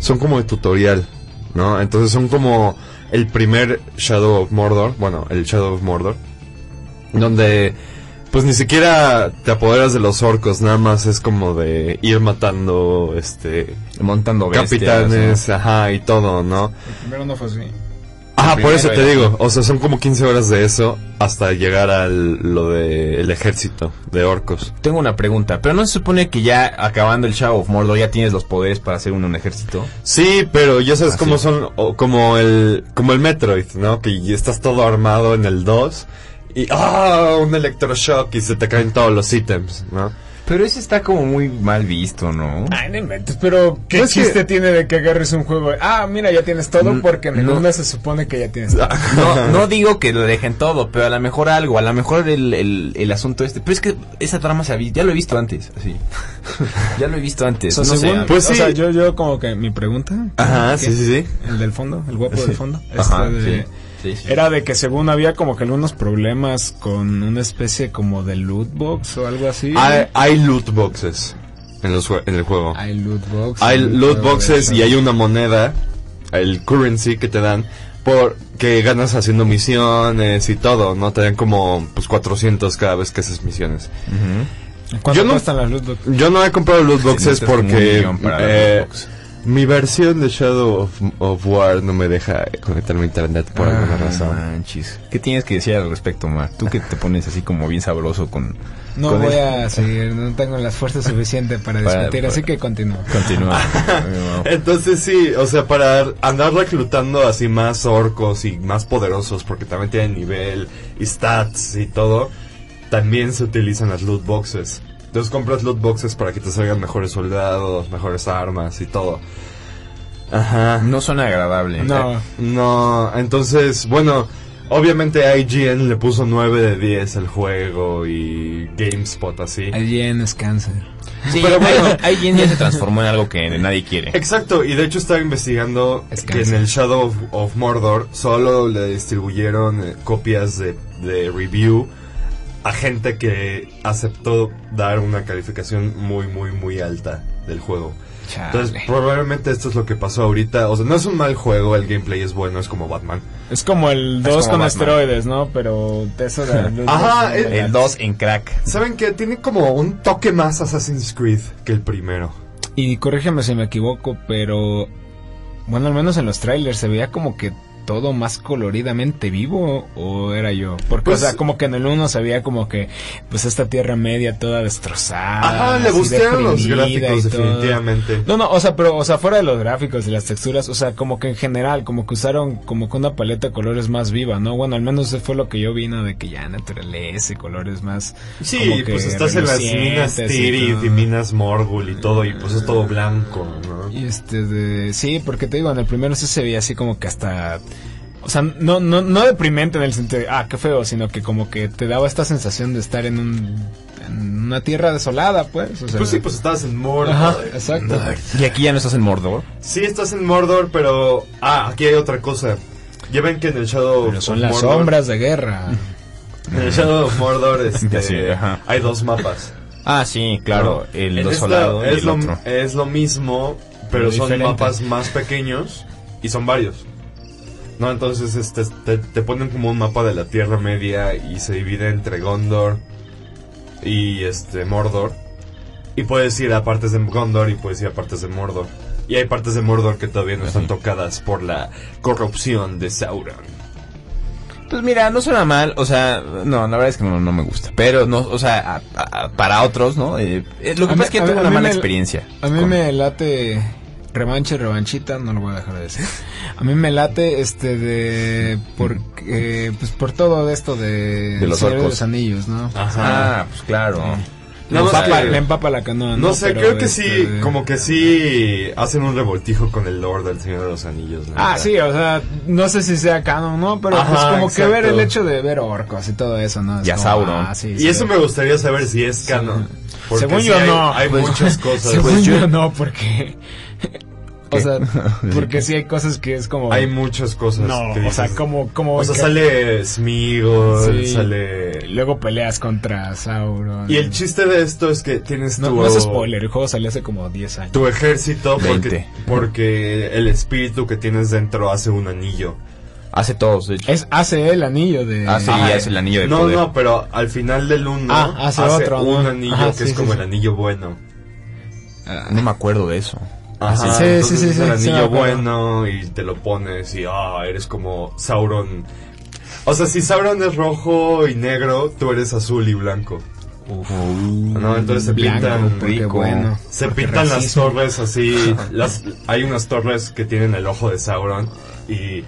son como de tutorial, ¿no? Entonces son como el primer Shadow of Mordor, bueno, el Shadow of Mordor, donde pues ni siquiera te apoderas de los orcos, nada más es como de ir matando, este,
Montando bestias.
capitanes, ajá, y todo, ¿no?
Primero no fue así.
Ah, por
primero
eso te
era-
digo. O sea, son como 15 horas de eso hasta llegar al lo del ejército de orcos.
Tengo una pregunta, pero no se supone que ya acabando el Shadow of Mordor ya tienes los poderes para hacer un, un ejército.
Sí, pero ya sabes
Ah,
cómo
sí.
son, o como el como el Metroid, ¿no? Que ya estás todo armado en el 2 y ah, un electroshock y se te caen todos los ítems, ¿no?
Pero ese está como muy mal visto, ¿no?
Ay, no inventes, pero ¿qué
Pues que-
chiste tiene de que agarres un juego? Ah, mira, ya tienes todo porque en el
no.
una se supone que ya tienes todo.
No, no digo que lo dejen todo, pero a lo mejor algo, a lo mejor el, el, el asunto este. Pero es que esa trama se ha vi- ya lo he visto antes, así. ya lo he visto antes.
O
no
sea,
sé,
según-
a-
pues
o sea,
sí.
yo, yo como que mi pregunta,
Ajá, sí, sí, sí.
el del fondo, el guapo del fondo,
Ajá,
este de-
sí, sí, sí.
era de que según había como que algunos problemas con una especie como de loot box o algo así.
Hay, hay loot boxes en los jue- en el juego.
Hay loot box.
Hay
en el
loot
juego de
boxes y
Shadow.
hay una moneda, el currency que te dan, por que ganas haciendo misiones y todo, ¿no? Te dan como pues 400 cada vez que haces misiones.
¿Cuánto
Yo no-
cuestan las loot box?
Yo no he comprado loot boxes
necesitas como un
porque
millón para la
eh,
loot box.
mi versión de Shadow of, of War no me deja conectarme a internet por alguna
Ah,
razón.
manches. ¿Qué tienes que decir al respecto, Mar? Tú que te pones así como bien sabroso con.
No
con
voy
el-
a seguir, no tengo la fuerza suficiente
Para-
para discutir,
pues,
para-
así que continúa.
Continúa.
Entonces sí, o sea, para andar reclutando así más orcos y más poderosos, porque también tienen nivel y stats y todo, también se utilizan las loot boxes. Entonces compras loot boxes para que te salgan mejores soldados, mejores armas y todo. Ajá. Eh,
no suena agradable. Eh,
No.
No, entonces, bueno, obviamente IGN le puso 9 de 10 al juego y GameSpot así.
Allí en es cáncer.
Sí,
Pero
pero
bueno.
bueno, alguien ya se transformó en algo que nadie quiere.
Exacto, y de hecho estaba investigando
Es
que en
cáncer.
el Shadow of, of Mordor solo le distribuyeron eh, copias de, de review a gente que aceptó dar una calificación muy, muy, muy alta del juego. Entonces,
Chale.
probablemente esto es lo que pasó ahorita. O sea, no es un mal juego, el gameplay es bueno, es como Batman.
Es como el
Es
2
como
con
Batman.
esteroides, ¿no? Pero de eso de los
Ajá,
dos,
el-
de
El
la-
2 en crack.
¿Saben qué? Tiene como un toque más Assassin's Creed que el primero.
Y corrígeme si me equivoco, pero bueno, al menos en los trailers se veía como que todo más coloridamente vivo o era yo. Porque
Pues-
o sea, como que en el 1 se veía como que pues esta Tierra Media toda destrozada.
Ajá, le
Ah, así
gustaron los
deprimida y
gráficos
todo.
definitivamente.
No, no, o sea, pero, o sea, fuera de los gráficos y las texturas, o sea, como que en general, como que usaron como que una paleta de colores más viva, ¿no? Bueno, al menos eso fue lo que yo vi, ¿no? De que ya naturaleza y colores más.
Sí,
como que
pues estás en las minas
relucientes y
Tirith
todo.
y minas Morgul y todo, y pues es todo blanco, ¿no?
Y este, de- sí, porque te digo, en el primero sí se veía así como que hasta. O sea, no, no, no deprimente en el sentido de, ah, qué feo, sino que como que te daba esta sensación de estar en, un, en una tierra desolada, pues. O sea,
Pues sí, pues estabas en Mordor.
Ajá, exacto.
Y aquí ya no estás en Mordor.
Sí, estás en Mordor, pero... Ah, aquí hay otra cosa. Ya ven que en el Shadow
Pero
of
son las
Mordor-
sombras de guerra.
En el Shadow of Mordor este,
Ya sí, ajá.
hay dos mapas.
Ah, sí, claro.
¿no?
El
En esta
desolado y
es
el
lo,
otro.
Es lo mismo, pero
Muy
son
diferente.
mapas más pequeños. Y son varios. No, entonces este, te, te ponen como un mapa de la Tierra Media y se divide entre Gondor y este Mordor. Y puedes ir a partes de Gondor y puedes ir a partes de Mordor. Y hay partes de Mordor que todavía no están tocadas por la corrupción de Sauron.
Pues mira, no suena mal, o sea, no, la verdad es que no, no me gusta. Pero, no, o sea, a- a- a- para otros, ¿no? Eh, eh, lo que pasa
A mí-
es que
a
tuve
mí-
una
a mí
mala
me-
experiencia.
A mí
con-
me late revancha, y revanchita, no lo voy a dejar de decir. A mí me late este de por eh, pues por todo esto de,
De los
Señor
orcos.
los Anillos, ¿no?
Ah, pues claro.
No,
Le
no,
empapa-
sí.
le empapa la canoa.
No, sé,
Pero,
creo que
este,
sí, como que sí hacen un revoltijo con el Lord del Señor de los Anillos. la
Ah,
neta.
sí, o sea, no sé si sea canon, ¿no? Pero
Ajá,
pues como que ver
exacto.
el hecho de ver orcos y todo eso, ¿no? Es
Y a
como,
Sauron.
ah, sí,
Y
sí.
eso me gustaría saber si es canon. Porque
Según
sí
yo
hay,
no.
Hay
Pues,
muchas cosas.
Según
Pues yo-
yo no, porque... O sea, porque sí hay cosas que es como...
Hay muchas cosas.
No,
que
o sea,
dices-
como... como
O sea,
que-
sale Smigol,
Sí.
sale...
Luego peleas contra Sauron.
Y el chiste de esto es que tienes
No,
tu...
no es spoiler, el juego salió hace como 10 años.
Tu ejército, porque,
Veinte.
porque el espíritu que tienes dentro hace un anillo.
Hace todos, de hecho.
Es, hace el anillo de...
Hace
Ah,
y hace el anillo de
No,
poder.
no, pero al final del uno
Ah, hace otro,
un
¿no?
anillo
Ajá,
que
sí,
es
sí,
como
sí.
el anillo bueno.
Ah, No me acuerdo de eso.
Ajá,
sí, sí,
entonces
sí,
es
sí,
el
sí, me
anillo
acuerdo.
bueno y te lo pones y ah, eres como Sauron. O sea, si Sauron es rojo y negro, tú eres azul y blanco. No, entonces se
blanco,
pintan
porque
rico.
bueno.
Se pintan las
racismo.
torres así, las hay unas torres que tienen el ojo de Sauron y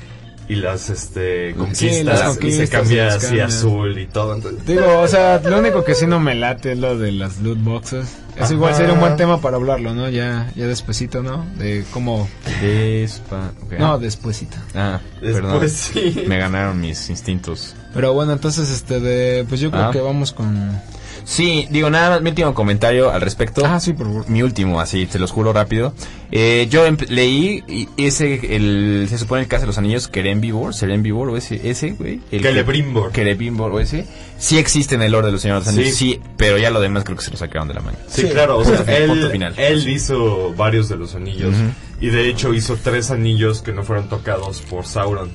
y las este conquistas, y se
conquistas,
cambia
se las
así
cambia.
azul y todo. entonces-
Digo, o sea, lo único que sí no me late es lo de las loot boxes. Eso igual
Ajá.
sería un buen tema para hablarlo, ¿no? Ya, ya despuesito, ¿no? De cómo...
Despa. ok.
No, despuesito.
Ah, perdón.
Después sí.
Me ganaron mis instintos.
Pero bueno, entonces, este, de... Pues yo creo
Ah.
que vamos con...
Sí, digo, nada más, mi último comentario al respecto.
Ah, sí, por favor.
mi último, así, te los juro rápido. Eh, yo empe- leí y ese, el, se supone el caso de los anillos, Kerembivor, Serembivor, o ese, ese, güey. El
Celebrimbor.
que- Celebrimbor, o ese. Sí existe en el orden de los señores de los anillos,
Sí.
sí. pero ya lo demás creo que se lo sacaron de la manga.
Sí, claro, o sea,
Punto
él,
final.
él hizo varios de los anillos y de hecho hizo tres anillos que no fueron tocados por Sauron.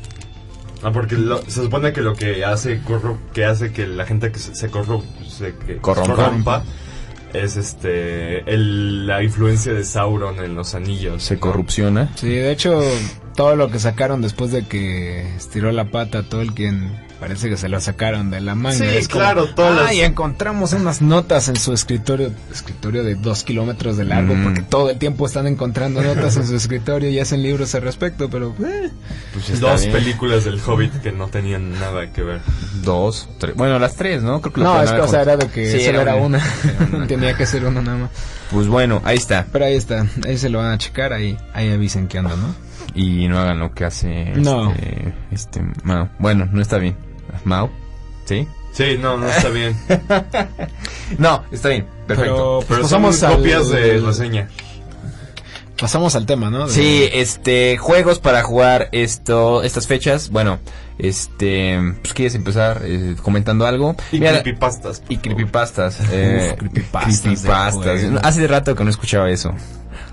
Ah, porque lo- se supone que lo que hace corru- que hace que la gente que se, se corru- se- que
Corrompa.
corrompa es este el- la influencia de Sauron en los anillos.
Se corrupciona.
Sí, de hecho, todo lo que sacaron después de que estiró la pata a Tolkien, parece que se lo sacaron de la manga.
Sí,
Es como,
claro, todas las-
"Ay, encontramos unas notas en su escritorio, escritorio de dos kilómetros de largo,
Mm.
porque todo el tiempo están encontrando notas en su escritorio y hacen libros al respecto, pero... eh,
Pues está
Dos
bien.
películas del Hobbit que no tenían nada que ver.
Dos, tres. Bueno, las tres, ¿no? Creo que las
no,
pueden
es que,
haber
o sea,
juntado.
era de que
Sí,
solo era una.
era una.
Tenía que ser una nada más.
Pues bueno, ahí está.
Pero ahí está, ahí se lo van a checar, ahí, ahí avisen que anda, ¿no?
Y no hagan lo que hace
No.
este, este Mao. Bueno, no está bien. Mao, ¿sí?
Sí, no, no está bien.
No, está bien. Perfecto.
Pero,
Pero
pues,
son
pasamos al-
copias de reseña.
Pasamos al tema, ¿no? De-
Sí, este, juegos para jugar esto, estas fechas. Bueno, este, pues quieres empezar eh, comentando algo.
Y
Mira,
creepypastas. por
y
favor.
creepypastas. eh,
creepypastas de
creepypastas.
juegos.
Hace rato que no escuchaba eso.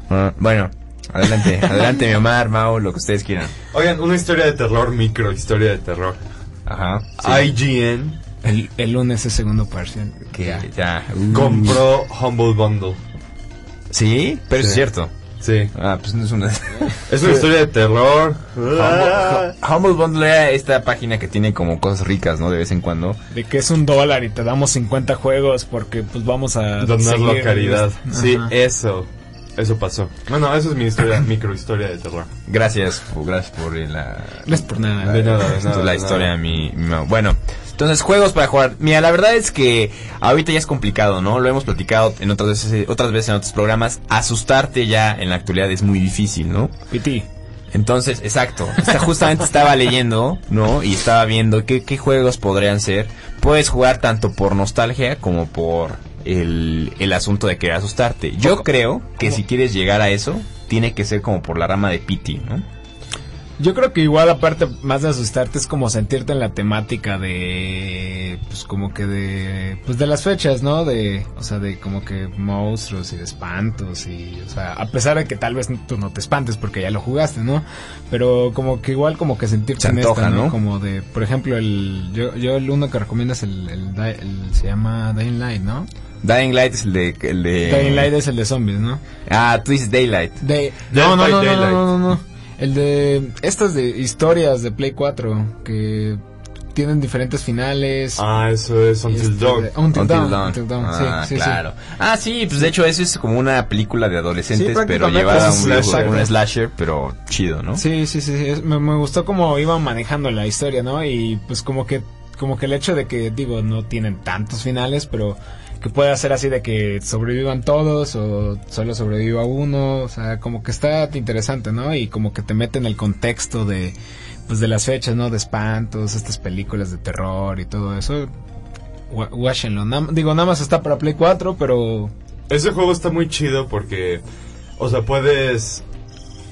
Ah, bueno, adelante, adelante, mi Omar, Mau, lo que ustedes quieran.
Oigan, una historia de terror, micro historia de terror.
Ajá.
Ah,
sí.
IGN
El, el lunes es segundo parcial.
Que
Ya.
ya. uh,
compró Humble Bundle.
Sí, pero es
Sí.
cierto.
Sí.
Ah, pues no es una.
Es una historia de terror.
Humble, Humble Bundle era esta página que tiene como cosas ricas, ¿no? De vez en cuando.
De que es un dólar y te damos 50 juegos porque pues vamos a...
Donarlo a
seguir-
caridad. Sí,
Ajá.
eso. Eso pasó. Bueno, eso es mi historia, micro historia de terror.
Gracias, por- gracias por eh, la,
No es por nada.
De nada, de
Esta
nada.
Ah, es la
de
historia,
nada.
mi, mi mamá. Bueno, entonces juegos para jugar. Mira, la verdad es que ahorita ya es complicado, ¿no? Lo hemos platicado en otras veces, eh, otras veces en otros programas. Asustarte ya en la actualidad es muy difícil, ¿no?
Piti.
Entonces, exacto. Está, justamente estaba leyendo, ¿no? Y estaba viendo qué, qué juegos podrían ser. Puedes jugar tanto por nostalgia como por el, el asunto de querer asustarte. Yo creo que si quieres llegar a eso, tiene que ser como por la rama de Pity, ¿no?
Yo creo que igual aparte más de asustarte es como sentirte en la temática de pues como que de pues de las fechas, ¿no? De o sea, de como que monstruos y de espantos y o sea, a pesar de que tal vez tú no te espantes porque ya lo jugaste, ¿no? Pero como que igual como que sentirte
Se antoja,
en esta,
¿no?
Como de, por ejemplo, el yo, yo el uno que recomiendas el, el, Di- el- se llama Dying Light, ¿no?
Dying Light es el de. El de
Dying Light es el de zombies, ¿no?
Ah, tú dices Daylight.
De,
Dead
no, no,
by
no, no, no,
Daylight.
no, no, no. El de estas de historias de Play 4 que tienen diferentes finales.
Ah, eso es Until
Este,
Dawn.
de- Until,
Until
Dawn,
Dawn.
Until Dawn,
Ah,
sí, sí, sí.
claro. Ah, sí, pues de hecho eso es como una película de adolescentes,
Sí,
pero
prácticamente
llevada a
es
un
un
videojuego,
slasher,
un
¿no?
slasher, pero chido, ¿no?
Sí, sí, sí, sí, es- Me, me gustó cómo iban manejando la historia, ¿no? Y pues como que como que el hecho de que digo no tienen tantos finales, pero que pueda ser así de que sobrevivan todos o solo sobreviva uno, o sea, como que está interesante, ¿no? Y como que te mete en el contexto de pues de las fechas, ¿no? De espantos, estas películas de terror y todo eso. Gua- Guáchenlo. Nam- digo, nada más está para Play 4, pero
Ese juego está muy chido porque, o sea, puedes...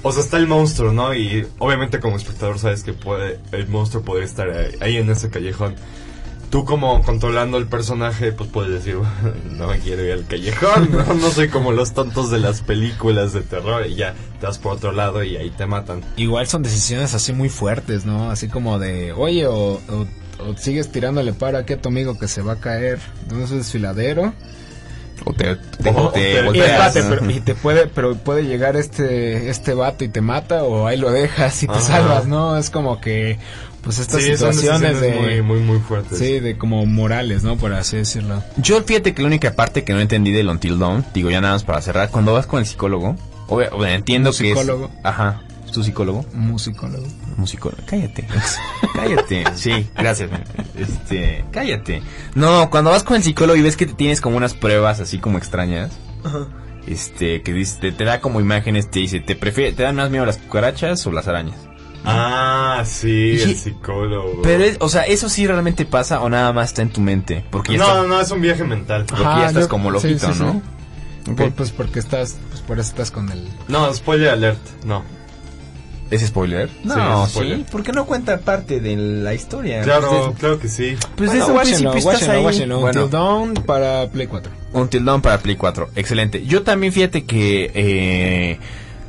O sea, está el monstruo, ¿no? Y obviamente como espectador sabes que puede, el monstruo puede estar ahí, ahí en ese callejón. Tú como controlando el personaje, pues puedes decir, no me quiero ir al callejón, ¿no? no soy como los tontos de las películas de terror y ya te vas por otro lado y ahí te matan.
Igual son decisiones así muy fuertes, ¿no? Así como de, oye, o, o- o sigues tirándole para aquí a tu amigo que se va a caer de un desfiladero.
O te, te,
O-
te
o te-
Y,
volteas,
espérate,
¿no?
pero- y te puede, pero puede llegar este, este vato y te mata, o ahí lo dejas y te
Ajá.
salvas, ¿no? Es como que, pues estas
Sí, son
situaciones
decisiones
de...
muy, muy, muy fuertes.
Sí, de como morales, ¿no? Por así decirlo.
Yo fíjate que la única parte que no entendí del Until Dawn, digo ya nada más para cerrar, cuando vas con el psicólogo, obvia- obvia- entiendo
Un
que es...
psicólogo.
Ajá, ¿es tu psicólogo?
Musicólogo.
Un psicólogo. Cállate, cállate, sí, gracias. Este, cállate. No, cuando vas con el psicólogo y ves que te tienes como unas pruebas así como extrañas, este, que dice, te, te da como imágenes, te dice, ¿te, prefiere, ¿te dan más miedo las cucarachas o las arañas?
Ah, sí,
Y-
el psicólogo.
Pero, es- o sea, ¿eso sí realmente pasa o nada más está en tu mente? Porque ya
no,
está-
no, no, es un viaje mental.
Porque ya estás como loquito, ¿no? Ok.
Por- pues porque estás, pues por eso estás con el...
No, spoiler alert, no.
¿Es spoiler?
No, sí,
porque no cuenta parte de la historia.
Claro, claro que sí.
pues
Bueno,
desde un
guáchenlo,
principio estás
guáchenlo,
ahí.
guáchenlo.
Bueno,
Until Dawn para Play 4.
Until Dawn para Play 4. Excelente. Yo también fíjate que eh,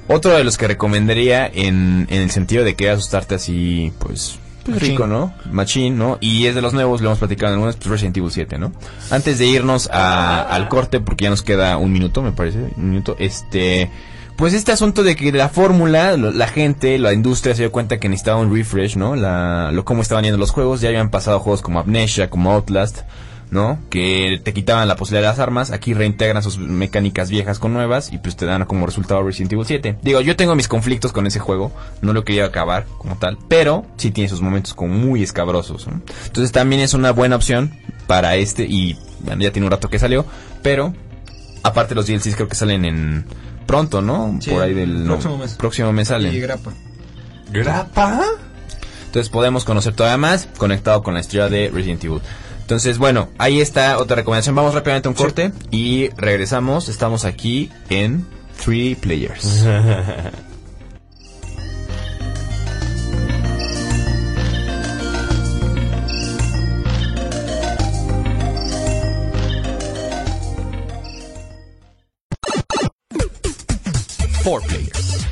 otro de los que recomendaría en, en el sentido de que asustarte así, pues... pues
Machín.
rico, ¿no? Machín, ¿no? Y es de los nuevos, lo hemos platicado en algunos, pues Resident Evil 7, ¿no? Antes de irnos a- al corte, porque ya nos queda un minuto, me parece, un minuto, este... Pues este asunto de que la fórmula, lo- la gente, la industria se dio cuenta que necesitaba un refresh, ¿no? La, lo cómo estaban yendo los juegos, ya habían pasado juegos como Amnesia, como Outlast, ¿no? Que te quitaban la posibilidad de las armas, aquí reintegran sus mecánicas viejas con nuevas y pues te dan como resultado Resident Evil 7. Digo, yo tengo mis conflictos con ese juego, no lo quería acabar como tal, pero sí tiene sus momentos como muy escabrosos, ¿no? Entonces también es una buena opción para este y bueno, ya tiene un rato que salió, pero aparte los DLCs creo que salen en pronto, ¿no?
Sí,
Por ahí del no,
próximo mes.
próximo mes salen.
Y grapa.
¿Grapa?
Entonces podemos conocer todavía más conectado con la historia de Resident Evil. Entonces, bueno, ahí está otra recomendación. Vamos rápidamente a un corte y regresamos. Estamos aquí en 3 Players.
Four players.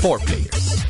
Four players.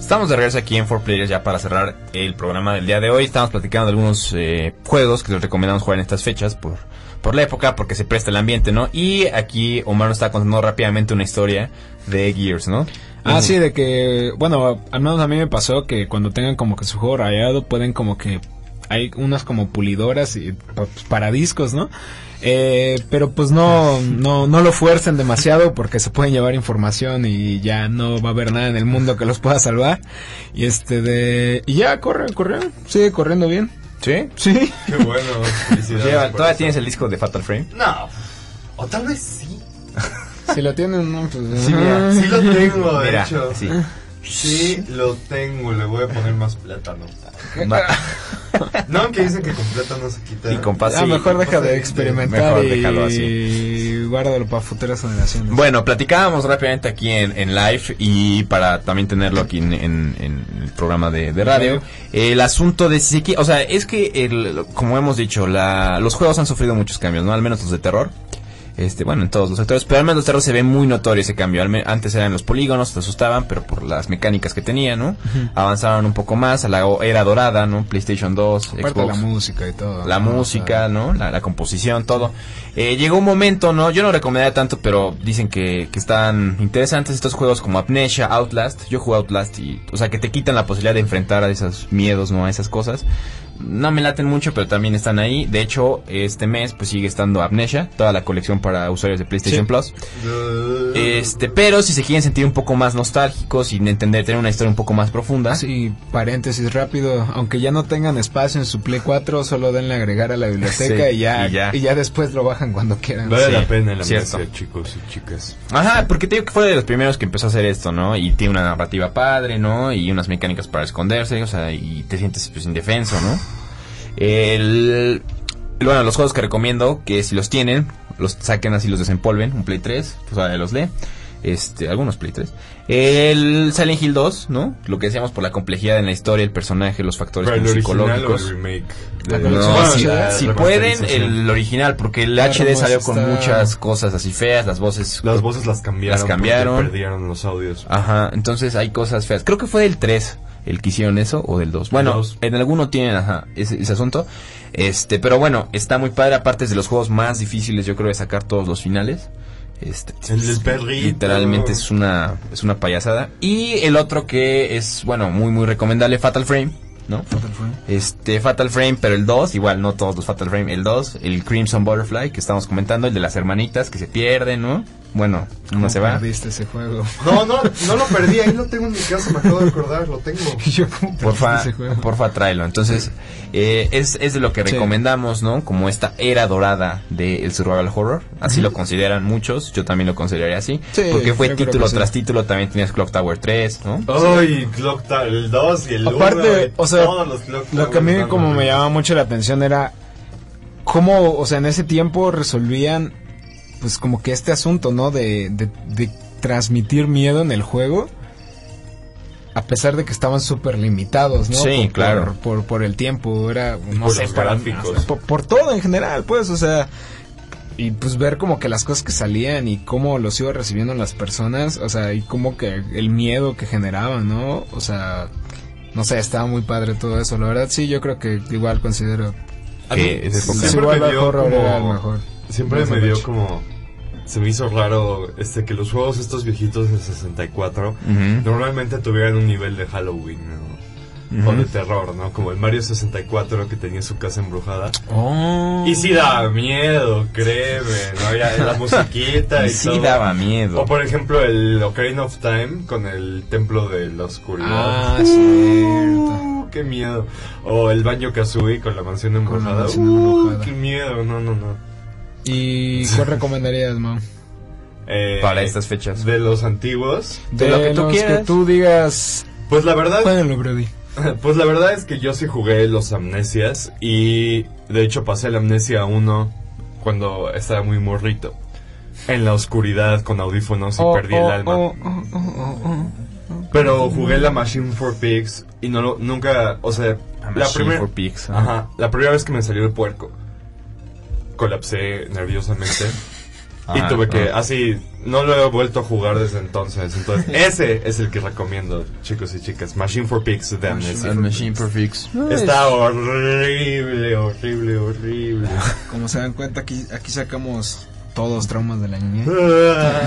Estamos de regreso aquí en 4Players ya para cerrar el programa del día de hoy. Estamos platicando de algunos eh, juegos que les recomendamos jugar en estas fechas por, por la época, porque se presta el ambiente, ¿no? Y aquí Omar nos está contando rápidamente una historia de Gears, ¿no?
Ah, sí, de que, bueno, al menos a mí me pasó que cuando tengan como que su juego rayado, pueden como que, hay unas como pulidoras y pa- para discos, ¿no? Eh, pero pues no, no, no lo fuercen demasiado porque se pueden llevar información y ya no va a haber nada en el mundo que los pueda salvar. Y este de, y ya, corre, corre, sigue corriendo bien.
Sí.
Sí.
Qué bueno.
Lleva- ¿Todavía tienes el disco de Fatal Frame?
No. O tal vez sí.
Si lo tienen, no, pues.
Sí, mira.
Sí lo tengo, de
Mira,
hecho.
sí.
Mm. Sí lo tengo, le voy a poner más plátano.
Va-
No, aunque dicen que con plátano se quita.
Y con paz
Ah,
y-
mejor deja de
Mejor
experimentar
déjalo así.
y guárdalo para futuras generaciones.
Bueno, platicábamos rápidamente aquí en, en live y para también tenerlo aquí en, en- en el programa de, de radio. El asunto de si, qui- o sea, es que el- como hemos dicho, la- los juegos han sufrido muchos cambios, ¿no? Al menos los de terror. Este, bueno, en todos los sectores, pero al menos los terror se ve muy notorio ese cambio. Al me- antes eran los polígonos, te asustaban, pero por las mecánicas que tenían, ¿no? Avanzaron un poco más a la o- era dorada, ¿no? PlayStation 2,
Aparte
Xbox
la música y todo.
la
¿no? O
música, ¿no? La, la composición, todo. Eh, llegó un momento, ¿no? Yo no recomendaría tanto, pero dicen que, que están interesantes estos juegos como Amnesia, Outlast. Yo jugué Outlast y, o sea, que te quitan la posibilidad de enfrentar a esos miedos, ¿no? A esas cosas. No me laten mucho, pero también están ahí. De hecho, este mes, pues sigue estando Amnesia, toda la colección para usuarios de PlayStation Plus. Este, pero si se quieren sentir un poco más nostálgicos y entender, tener una historia un poco más profunda.
Sí, paréntesis rápido, aunque ya no tengan espacio en su Play 4, solo denle agregar a la biblioteca
Sí,
y, ya,
y
y
ya.
ya después lo bajan cuando quieran.
Vale
Sí,
la pena la
cierto.
amnesia, chicos y chicas.
Ajá, porque te digo que fue de los primeros que empezó a hacer esto, ¿no? Y tiene una narrativa padre, ¿no? Y unas mecánicas para esconderse, o sea, y te sientes pues indefenso, ¿no? El, bueno, los juegos que recomiendo, que si los tienen, los saquen así, los desempolven, un Play 3, o sea, los lee. Este, algunos Play 3. El Silent Hill 2, ¿no? Lo que decíamos por la complejidad en la historia, el personaje, los factores
¿Para el
como
original o el
psicológicos. Ah,
remake?
La
No,
colección.
Bueno,
si,
la
si pueden,
remasterización.
el original, porque el
Claro,
HD
pues,
salió con
está-
muchas cosas así feas, las voces
Las voces las cambiaron.
Las cambiaron.
porque Perdieron los audios.
Ajá, entonces hay cosas feas. Creo que fue del 3 el que hicieron eso o del 2. Bueno,
Dos.
en alguno tienen, ajá, ese, ese asunto. Este, pero bueno, está muy padre. Aparte es de los juegos más difíciles, yo creo, de sacar todos los finales. Este,
El del
es-
perrito.
Literalmente es una, es una payasada. Y el otro que es, bueno, muy, muy recomendable, Fatal Frame, ¿no? Este, Fatal Frame, pero el 2, igual, no todos los Fatal Frame, el 2, el Crimson Butterfly que estamos comentando, el de las hermanitas que se pierden, ¿no? Bueno, uno se va.
Perdiste ese juego.
No, no, no lo perdí, ahí lo tengo en mi casa, me acabo de acordar, lo tengo.
Yo como
Porfa,
ese juego.
porfa tráelo. Entonces, eh, es, es de lo que
Sí.
recomendamos, ¿no? Como esta era dorada del survival horror. Así lo consideran muchos, yo también lo consideraría así.
Sí,
porque fue
yo creo
título
que sí.
tras título, también tenías Clock Tower 3, ¿no?
Oh, Ay, Clock Tower, el 2 y el 1.
Aparte, o sea,
todos los Clock
lo que a mí
Towers
como
dan-
me llamaba mucho la atención era cómo, o sea, en ese tiempo resolvían, pues como que este asunto, ¿no? De, de- de transmitir miedo en el juego, a pesar de que estaban súper limitados, ¿no?
Sí, claro.
Por, por el tiempo, era, no
por
sé,
los
para-
gráficos.
por- por todo en general, pues, o sea, y pues ver como que las cosas que salían y cómo los iba recibiendo las personas, o sea, y como que el miedo que generaban, ¿no? O sea, no sé, estaba muy padre todo eso. La verdad, sí, yo creo que igual considero.
A mí
Que es época.
siempre
Survival
me dio
horror
como-
era el mejor.
Siempre
Más
me
o
dio
menos.
como... Se me hizo raro este que los juegos estos viejitos de 64
Ujú.
normalmente tuvieran un nivel de Halloween, ¿no? O de terror, ¿no? Como el Mario 64 que tenía su casa embrujada.
Oh.
Y sí daba miedo, créeme, ¿no? Ya la musiquita y,
sí
todo.
daba miedo.
O por ejemplo el Ocarina of Time con el Templo de la Oscuridad.
Ah, cierto.
Uh, ¡Qué miedo! O el Banjo Kazooie con la mansión
la
embrujada.
mansión
Uh,
embrujada.
¡Qué miedo! No, no, no.
¿Y cuál recomendarías, Mau?
Eh,
Para estas fechas.
De los antiguos.
De lo que tú
los
quieras.
que tú digas.
Pues la verdad,
Párenlo, Brody.
pues la verdad es que yo sí jugué los amnesias y de hecho pasé la amnesia 1 cuando estaba muy morrito. En la oscuridad con audífonos y
Oh,
perdí
oh,
el alma.
oh, oh, oh, oh, oh.
Pero jugué la Machine for Pigs y no lo, nunca, o sea, La,
machine
primer-
for pigs, ah.
Ajá, la primera vez que me salió el puerco, colapsé nerviosamente.
Ah,
y tuve que,
ah.
así, no lo he vuelto a jugar desde entonces. Entonces, ese es el que recomiendo, chicos y chicas. Machine for Pigs de Amnesty.
Ah, machine for pigs. No, es-
Está horrible, horrible, horrible.
Como se dan cuenta, aquí, aquí sacamos todos traumas de la niñez.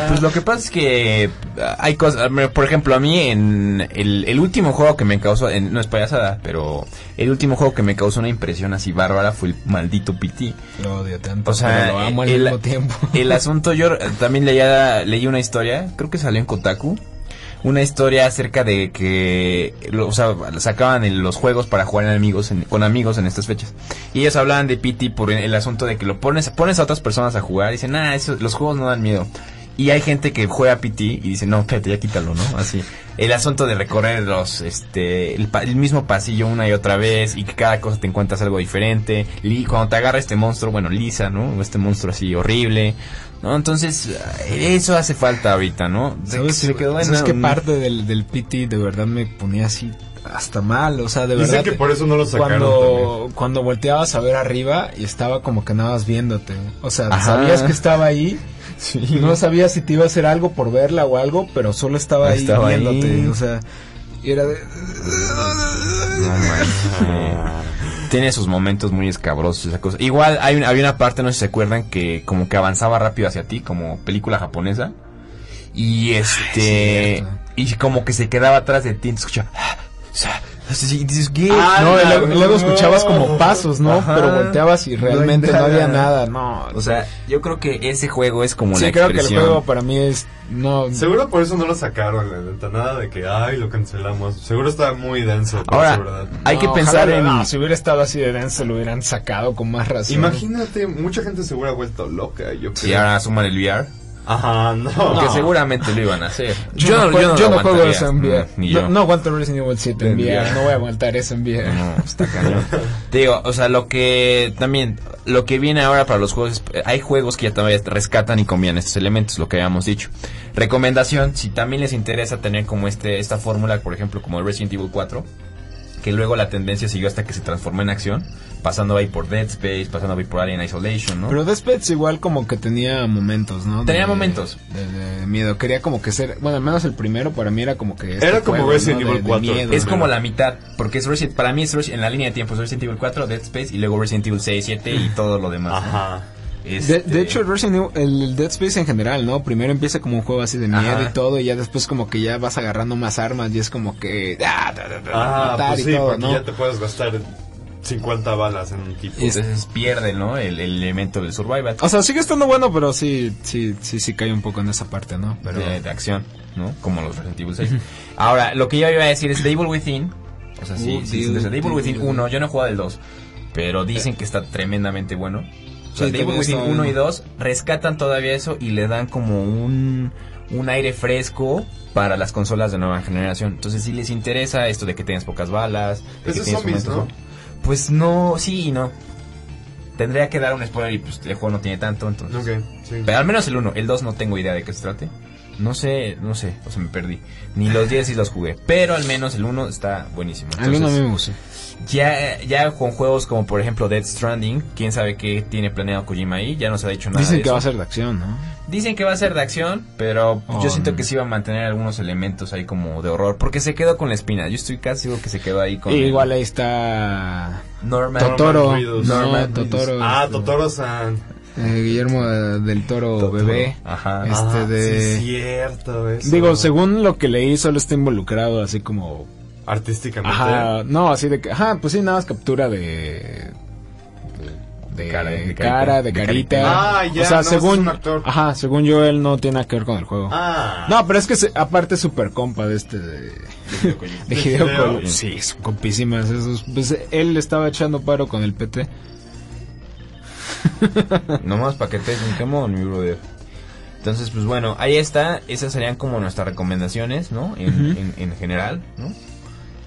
Pues lo que pasa es que ah, hay cosas, ah, por ejemplo, a mí en el, el último juego que me causó, en- no es payasada, pero el último juego que me causó una impresión así bárbara fue el maldito PT.
Lo odio tanto,
O sea,
pero lo amo al
el-
mismo tiempo.
El asunto, yo eh, también leía, leí una historia, creo que salió en Kotaku, una historia acerca de que, lo- o sea, sacaban el- los juegos para jugar en amigos en- con amigos en estas fechas. Y ellos hablaban de PT por el, el asunto de que lo pones, pones a otras personas a jugar y dicen, ah, eso, los juegos no dan miedo. Y hay gente que juega PT y dice, no, espérate, ya quítalo, ¿no? Así. El asunto de recorrer los, este, el, pa- el mismo pasillo una y otra vez y que cada cosa te encuentras algo diferente. Li- cuando te agarra este monstruo, bueno, Lisa, ¿no? Este monstruo así horrible. ¿No? Entonces, eh, eso hace falta ahorita, ¿no? De que
¿Sabes,
se le quedó en
¿sabes qué
un-
parte del, del PT de verdad me ponía así hasta mal? O sea, de
Dicen
verdad.
que por eso no lo sacaron. también.
cuando, cuando volteabas a ver arriba y estaba como que andabas viéndote. O sea,
Ajá.
sabías que estaba ahí.
Sí.
Y no sabías si te iba a hacer algo por verla o algo, pero solo estaba ahí
Estaba ahí.
viéndote. O sea, y era de.
No manches. Tiene sus momentos muy escabrosos esa cosa. Igual hay un- había una parte, no sé si se acuerdan, que como que avanzaba rápido hacia ti, como película japonesa. Y este...
cierto.
y como que se quedaba atrás de ti, y te escuchaba... "Ah, sa", así, y dices, ¿qué?
Ah,
No, y
la-
luego, luego escuchabas como
no.
pasos, ¿no?
Ajá.
Pero volteabas y realmente no,
nada.
había nada, no.
O sea, yo creo que ese juego es como la
sí, creo que el
expresión.
juego para mí es. No.
Seguro por eso no lo sacaron, la neta. Nada de que, ay, lo cancelamos. Seguro estaba muy denso. por
Ahora,
eso, ¿verdad?
hay
no,
que pensar
ojalá,
en...
no, si hubiera estado así de denso, lo hubieran sacado con más razón.
Imagínate, mucha gente se hubiera vuelto loca, yo creo.
Si ahora suman el VR,
Ajá, no.
que seguramente lo iban a hacer.
Yo, no, yo, yo
lo
no juego
aguantaría.
eso en VR.
Mm, ni
no,
yo.
no aguanto Resident Evil 7 en
En
VR.
VR.
No voy a aguantar eso en VR.
No, está cañón. Te Digo, o sea, lo que también, lo que viene ahora para los juegos, es- hay juegos que ya también rescatan y combinan estos elementos, lo que habíamos dicho. Recomendación, si también les interesa tener como este, esta fórmula, por ejemplo, como Resident Evil 4, que luego la tendencia siguió hasta que se transformó en acción, pasando ahí por Dead Space, pasando ahí por Alien Isolation, ¿no?
Pero Death Pets igual como que tenía momentos, ¿no?
Tenía momentos.
De, de miedo. Quería como que ser... Bueno, al menos el primero para mí era como que... este
Era como
juego,
Resident
¿no? De-
Evil
de
4.
miedo.
es como la mitad, porque es Resident- para mí es Resident- en la línea de tiempo es Resident Evil 4, Dead Space y luego Resident Evil 6, 7 y todo lo demás. ¿no?
Ajá.
De,
Este-
de hecho, Resident Evil, el, el Dead Space en general, ¿no? Primero empieza como un juego así de miedo
Ajá.
y todo, y ya después como que ya vas agarrando más armas y es como que... ah, da, da, da,
Ah,
matar
pues
y
sí,
todo,
porque
¿no?
ya te puedes gastar 50 balas en un tipo.
Entonces pues pierde, ¿no? El, el elemento del survival.
O sea, sigue estando bueno, pero sí, sí, sí, sí cae un poco en esa parte, ¿no? Pero...
de, de acción, ¿no? Como los Resident Evil 6. Ahora, lo que yo iba a decir es The Evil Within. O sea, sí,
Uh,
sí,
The-
desde The Evil
The-
Within 1, yo no he jugado el 2, pero dicen que está tremendamente bueno. O sea,
Sí,
The Evil
también
Within
está
1 y
bueno.
2 rescatan todavía eso y le dan como un, un aire fresco para las consolas de nueva generación. Entonces, si les interesa esto de que tengas pocas balas, de
Es
que
de
tienes
zombies,
momentos- Pues no, sí y no. Tendría que dar un spoiler y pues el juego no tiene tanto, entonces.
Ok, sí.
Pero al menos el 1, el 2 no tengo idea de qué se trate. No sé, no sé, o sea, me perdí. Ni los 10 sí los jugué, pero al menos el 1 está buenísimo.
A mí no
Entonces,
me gusta.
ya, ya con juegos como por ejemplo Dead Stranding, quién sabe qué tiene planeado Kojima ahí, ya no se ha dicho nada.
Dicen
de
que va a
eso.
ser de acción, ¿no?
Dicen que va a ser de acción, pero
Oh,
yo siento
no.
que sí va a mantener algunos elementos ahí como de horror, porque se quedó con la espina. Yo estoy casi seguro que se quedó ahí con
Y
el
igual ahí está
Norman.
Norman
Totoro.
Reedus.
No,
Norman
Totoro.
Ah,
este,
Totoro-san.
eh, Guillermo eh, del Toro bebé.
Ajá.
Este
Ah,
de-
sí, cierto, eso.
Digo, según lo que leí, solo está involucrado así como...
Artísticamente.
Ajá, no, así de que... Ajá, pues sí, nada más captura de... De,
Cara,
cara,
de
de,
carita.
carita.
Ah, ya,
o sea,
no,
según,
es un actor.
Ajá, según yo, él no tiene nada que ver con el juego.
Ah.
No, pero es que se- aparte es súper compa de este... De, de Hideo
Hideo.
Kojima. Sí, son compísimas esos. Pues él estaba echando paro con el PT.
Nomás para que te Pokémon, mi brother. Entonces, pues bueno, ahí está. Esas serían como nuestras recomendaciones, ¿no? En, en- en general, ¿no?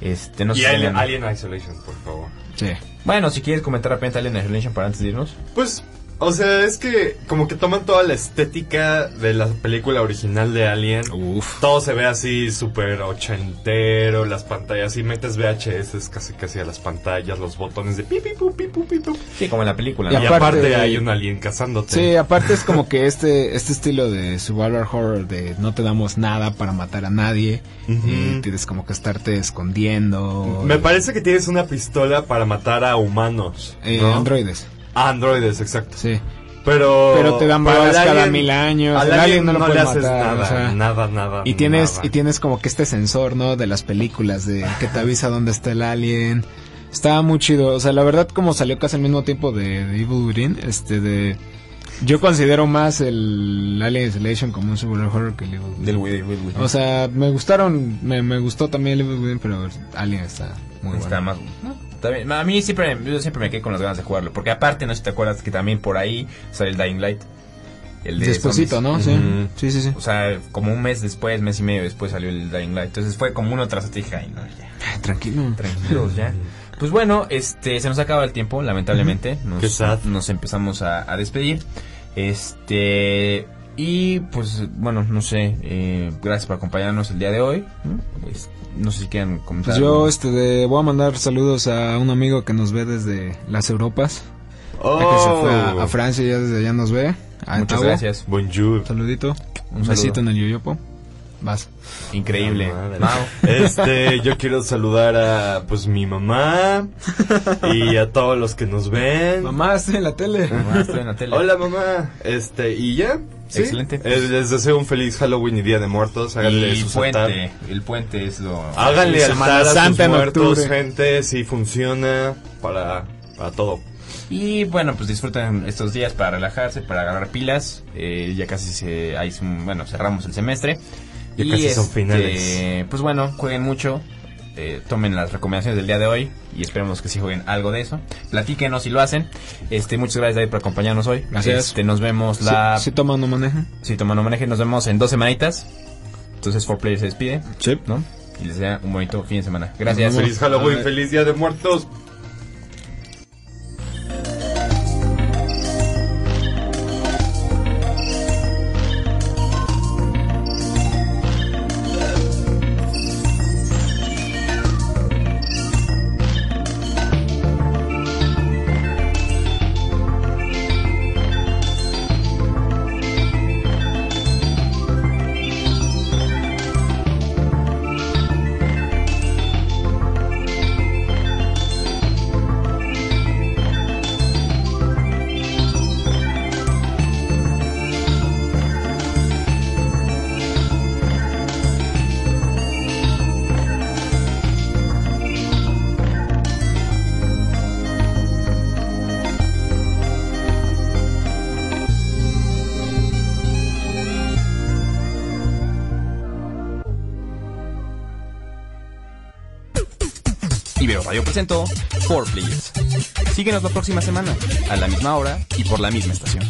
Este, no sé
Y
si
Alien,
tengan-
Alien Isolation, por favor.
Sí.
Bueno, si quieres comentar de repente Alien Isolation para antes de irnos.
Pues O sea, es que como que toman toda la estética de la película original de Alien.
Uf.
Todo se ve así súper ochentero, las pantallas, y metes VHS casi casi a las pantallas, los botones de pi, pi, pu, pi, pu, pi, pu.
Sí, como en la película.
Y
¿no?
Ya.
aparte,
aparte,
hay un alien cazándote.
Sí, aparte es como que este, este estilo de survival horror de no te damos nada para matar a nadie
Ujú.
y tienes como que estarte escondiendo.
Me parece que tienes una pistola para matar a humanos.
Eh,
¿no? Ah,
Androides,
Androides, exacto.
sí.
Pero,
Pero te dan
pero
balas
al
cada
alien-
mil años,
Al
el
alien,
alien
no,
no lo
le
puedes
haces
matar,
nada,
o sea.
nada, nada.
Y tienes,
nada.
y tienes como que este sensor, ¿no? De las películas de que te avisa dónde está el alien. Estaba muy chido. O sea, la verdad, como salió casi al mismo tiempo de, de Evil Within, este de. Yo considero más el Alien Isolation como un survival horror que el Evil Within.
Del Will, Will, Will.
O sea, me gustaron, me, me gustó también el Evil Within, pero Alien está muy
Está
bueno.
más. está bien. A mí siempre, yo siempre me quedé con las ganas de jugarlo. Porque aparte, no sé si te acuerdas que también por ahí sale el Dying Light. El de
Despuésito,
zombies.
¿no? Sí.
Ujú.
sí, sí, sí.
O sea, como un mes después, mes y medio después salió el Dying Light. Entonces fue como uno tras otro. y dije, ay, no, ya,
Tranquilo.
tranquilos, ya. Pues bueno, este, se nos acaba el tiempo, lamentablemente. Nos,
Qué sad.
nos empezamos a, a despedir. Este. Y pues bueno, no sé, eh, gracias por acompañarnos el día de hoy. ¿no? Es- no sé si quieran comentar.
Pues yo
algo.
este, de- voy a mandar saludos a un amigo que nos ve desde las Europas.
Oh,
Ya que se fue a, a Francia y ya desde allá nos ve. A
Muchas
Tavo.
gracias.
Bonjour.
Un saludito.
Un
Un,
saludo.
besito en el yoyopo. Vas.
Increíble.
La madre.
Mau.
Este, yo quiero saludar a pues mi mamá y a todos los que nos ven.
Mamá, estoy en la tele.
Ah, estoy en la tele.
Hola mamá. Este, y ya. ¿Sí?
Excelente.
Eh, Les deseo un feliz Halloween y Día de Muertos. Háganle
Y
su
puente.
altar.
El puente es lo.
Háganle
Semana
altar a sus
Santa en
muertos,
octubre.
gente, si funciona para para todo.
Y bueno, pues disfruten estos días para relajarse, para agarrar pilas. Eh, ya casi se, ahí, se- bueno, cerramos el semestre.
Ya
Y, este,
casi son finales.
Pues bueno, jueguen mucho. eh, tomen las recomendaciones del día de hoy y esperemos que sí jueguen algo de eso. Platíquenos si lo hacen. Este, muchas gracias David por acompañarnos hoy.
Gracias.
Este, nos vemos
Si,
la
si toma, no maneja.
si toman no manejen, nos vemos en dos semanitas. Entonces For Player se despide, ¿no? Y les desea un bonito fin de semana. Gracias.
Nos
Feliz
vemos.
Halloween, feliz Día de Muertos.
Ibero Radio presentó Four Players. Síguenos la próxima semana, a la misma hora y por la misma estación.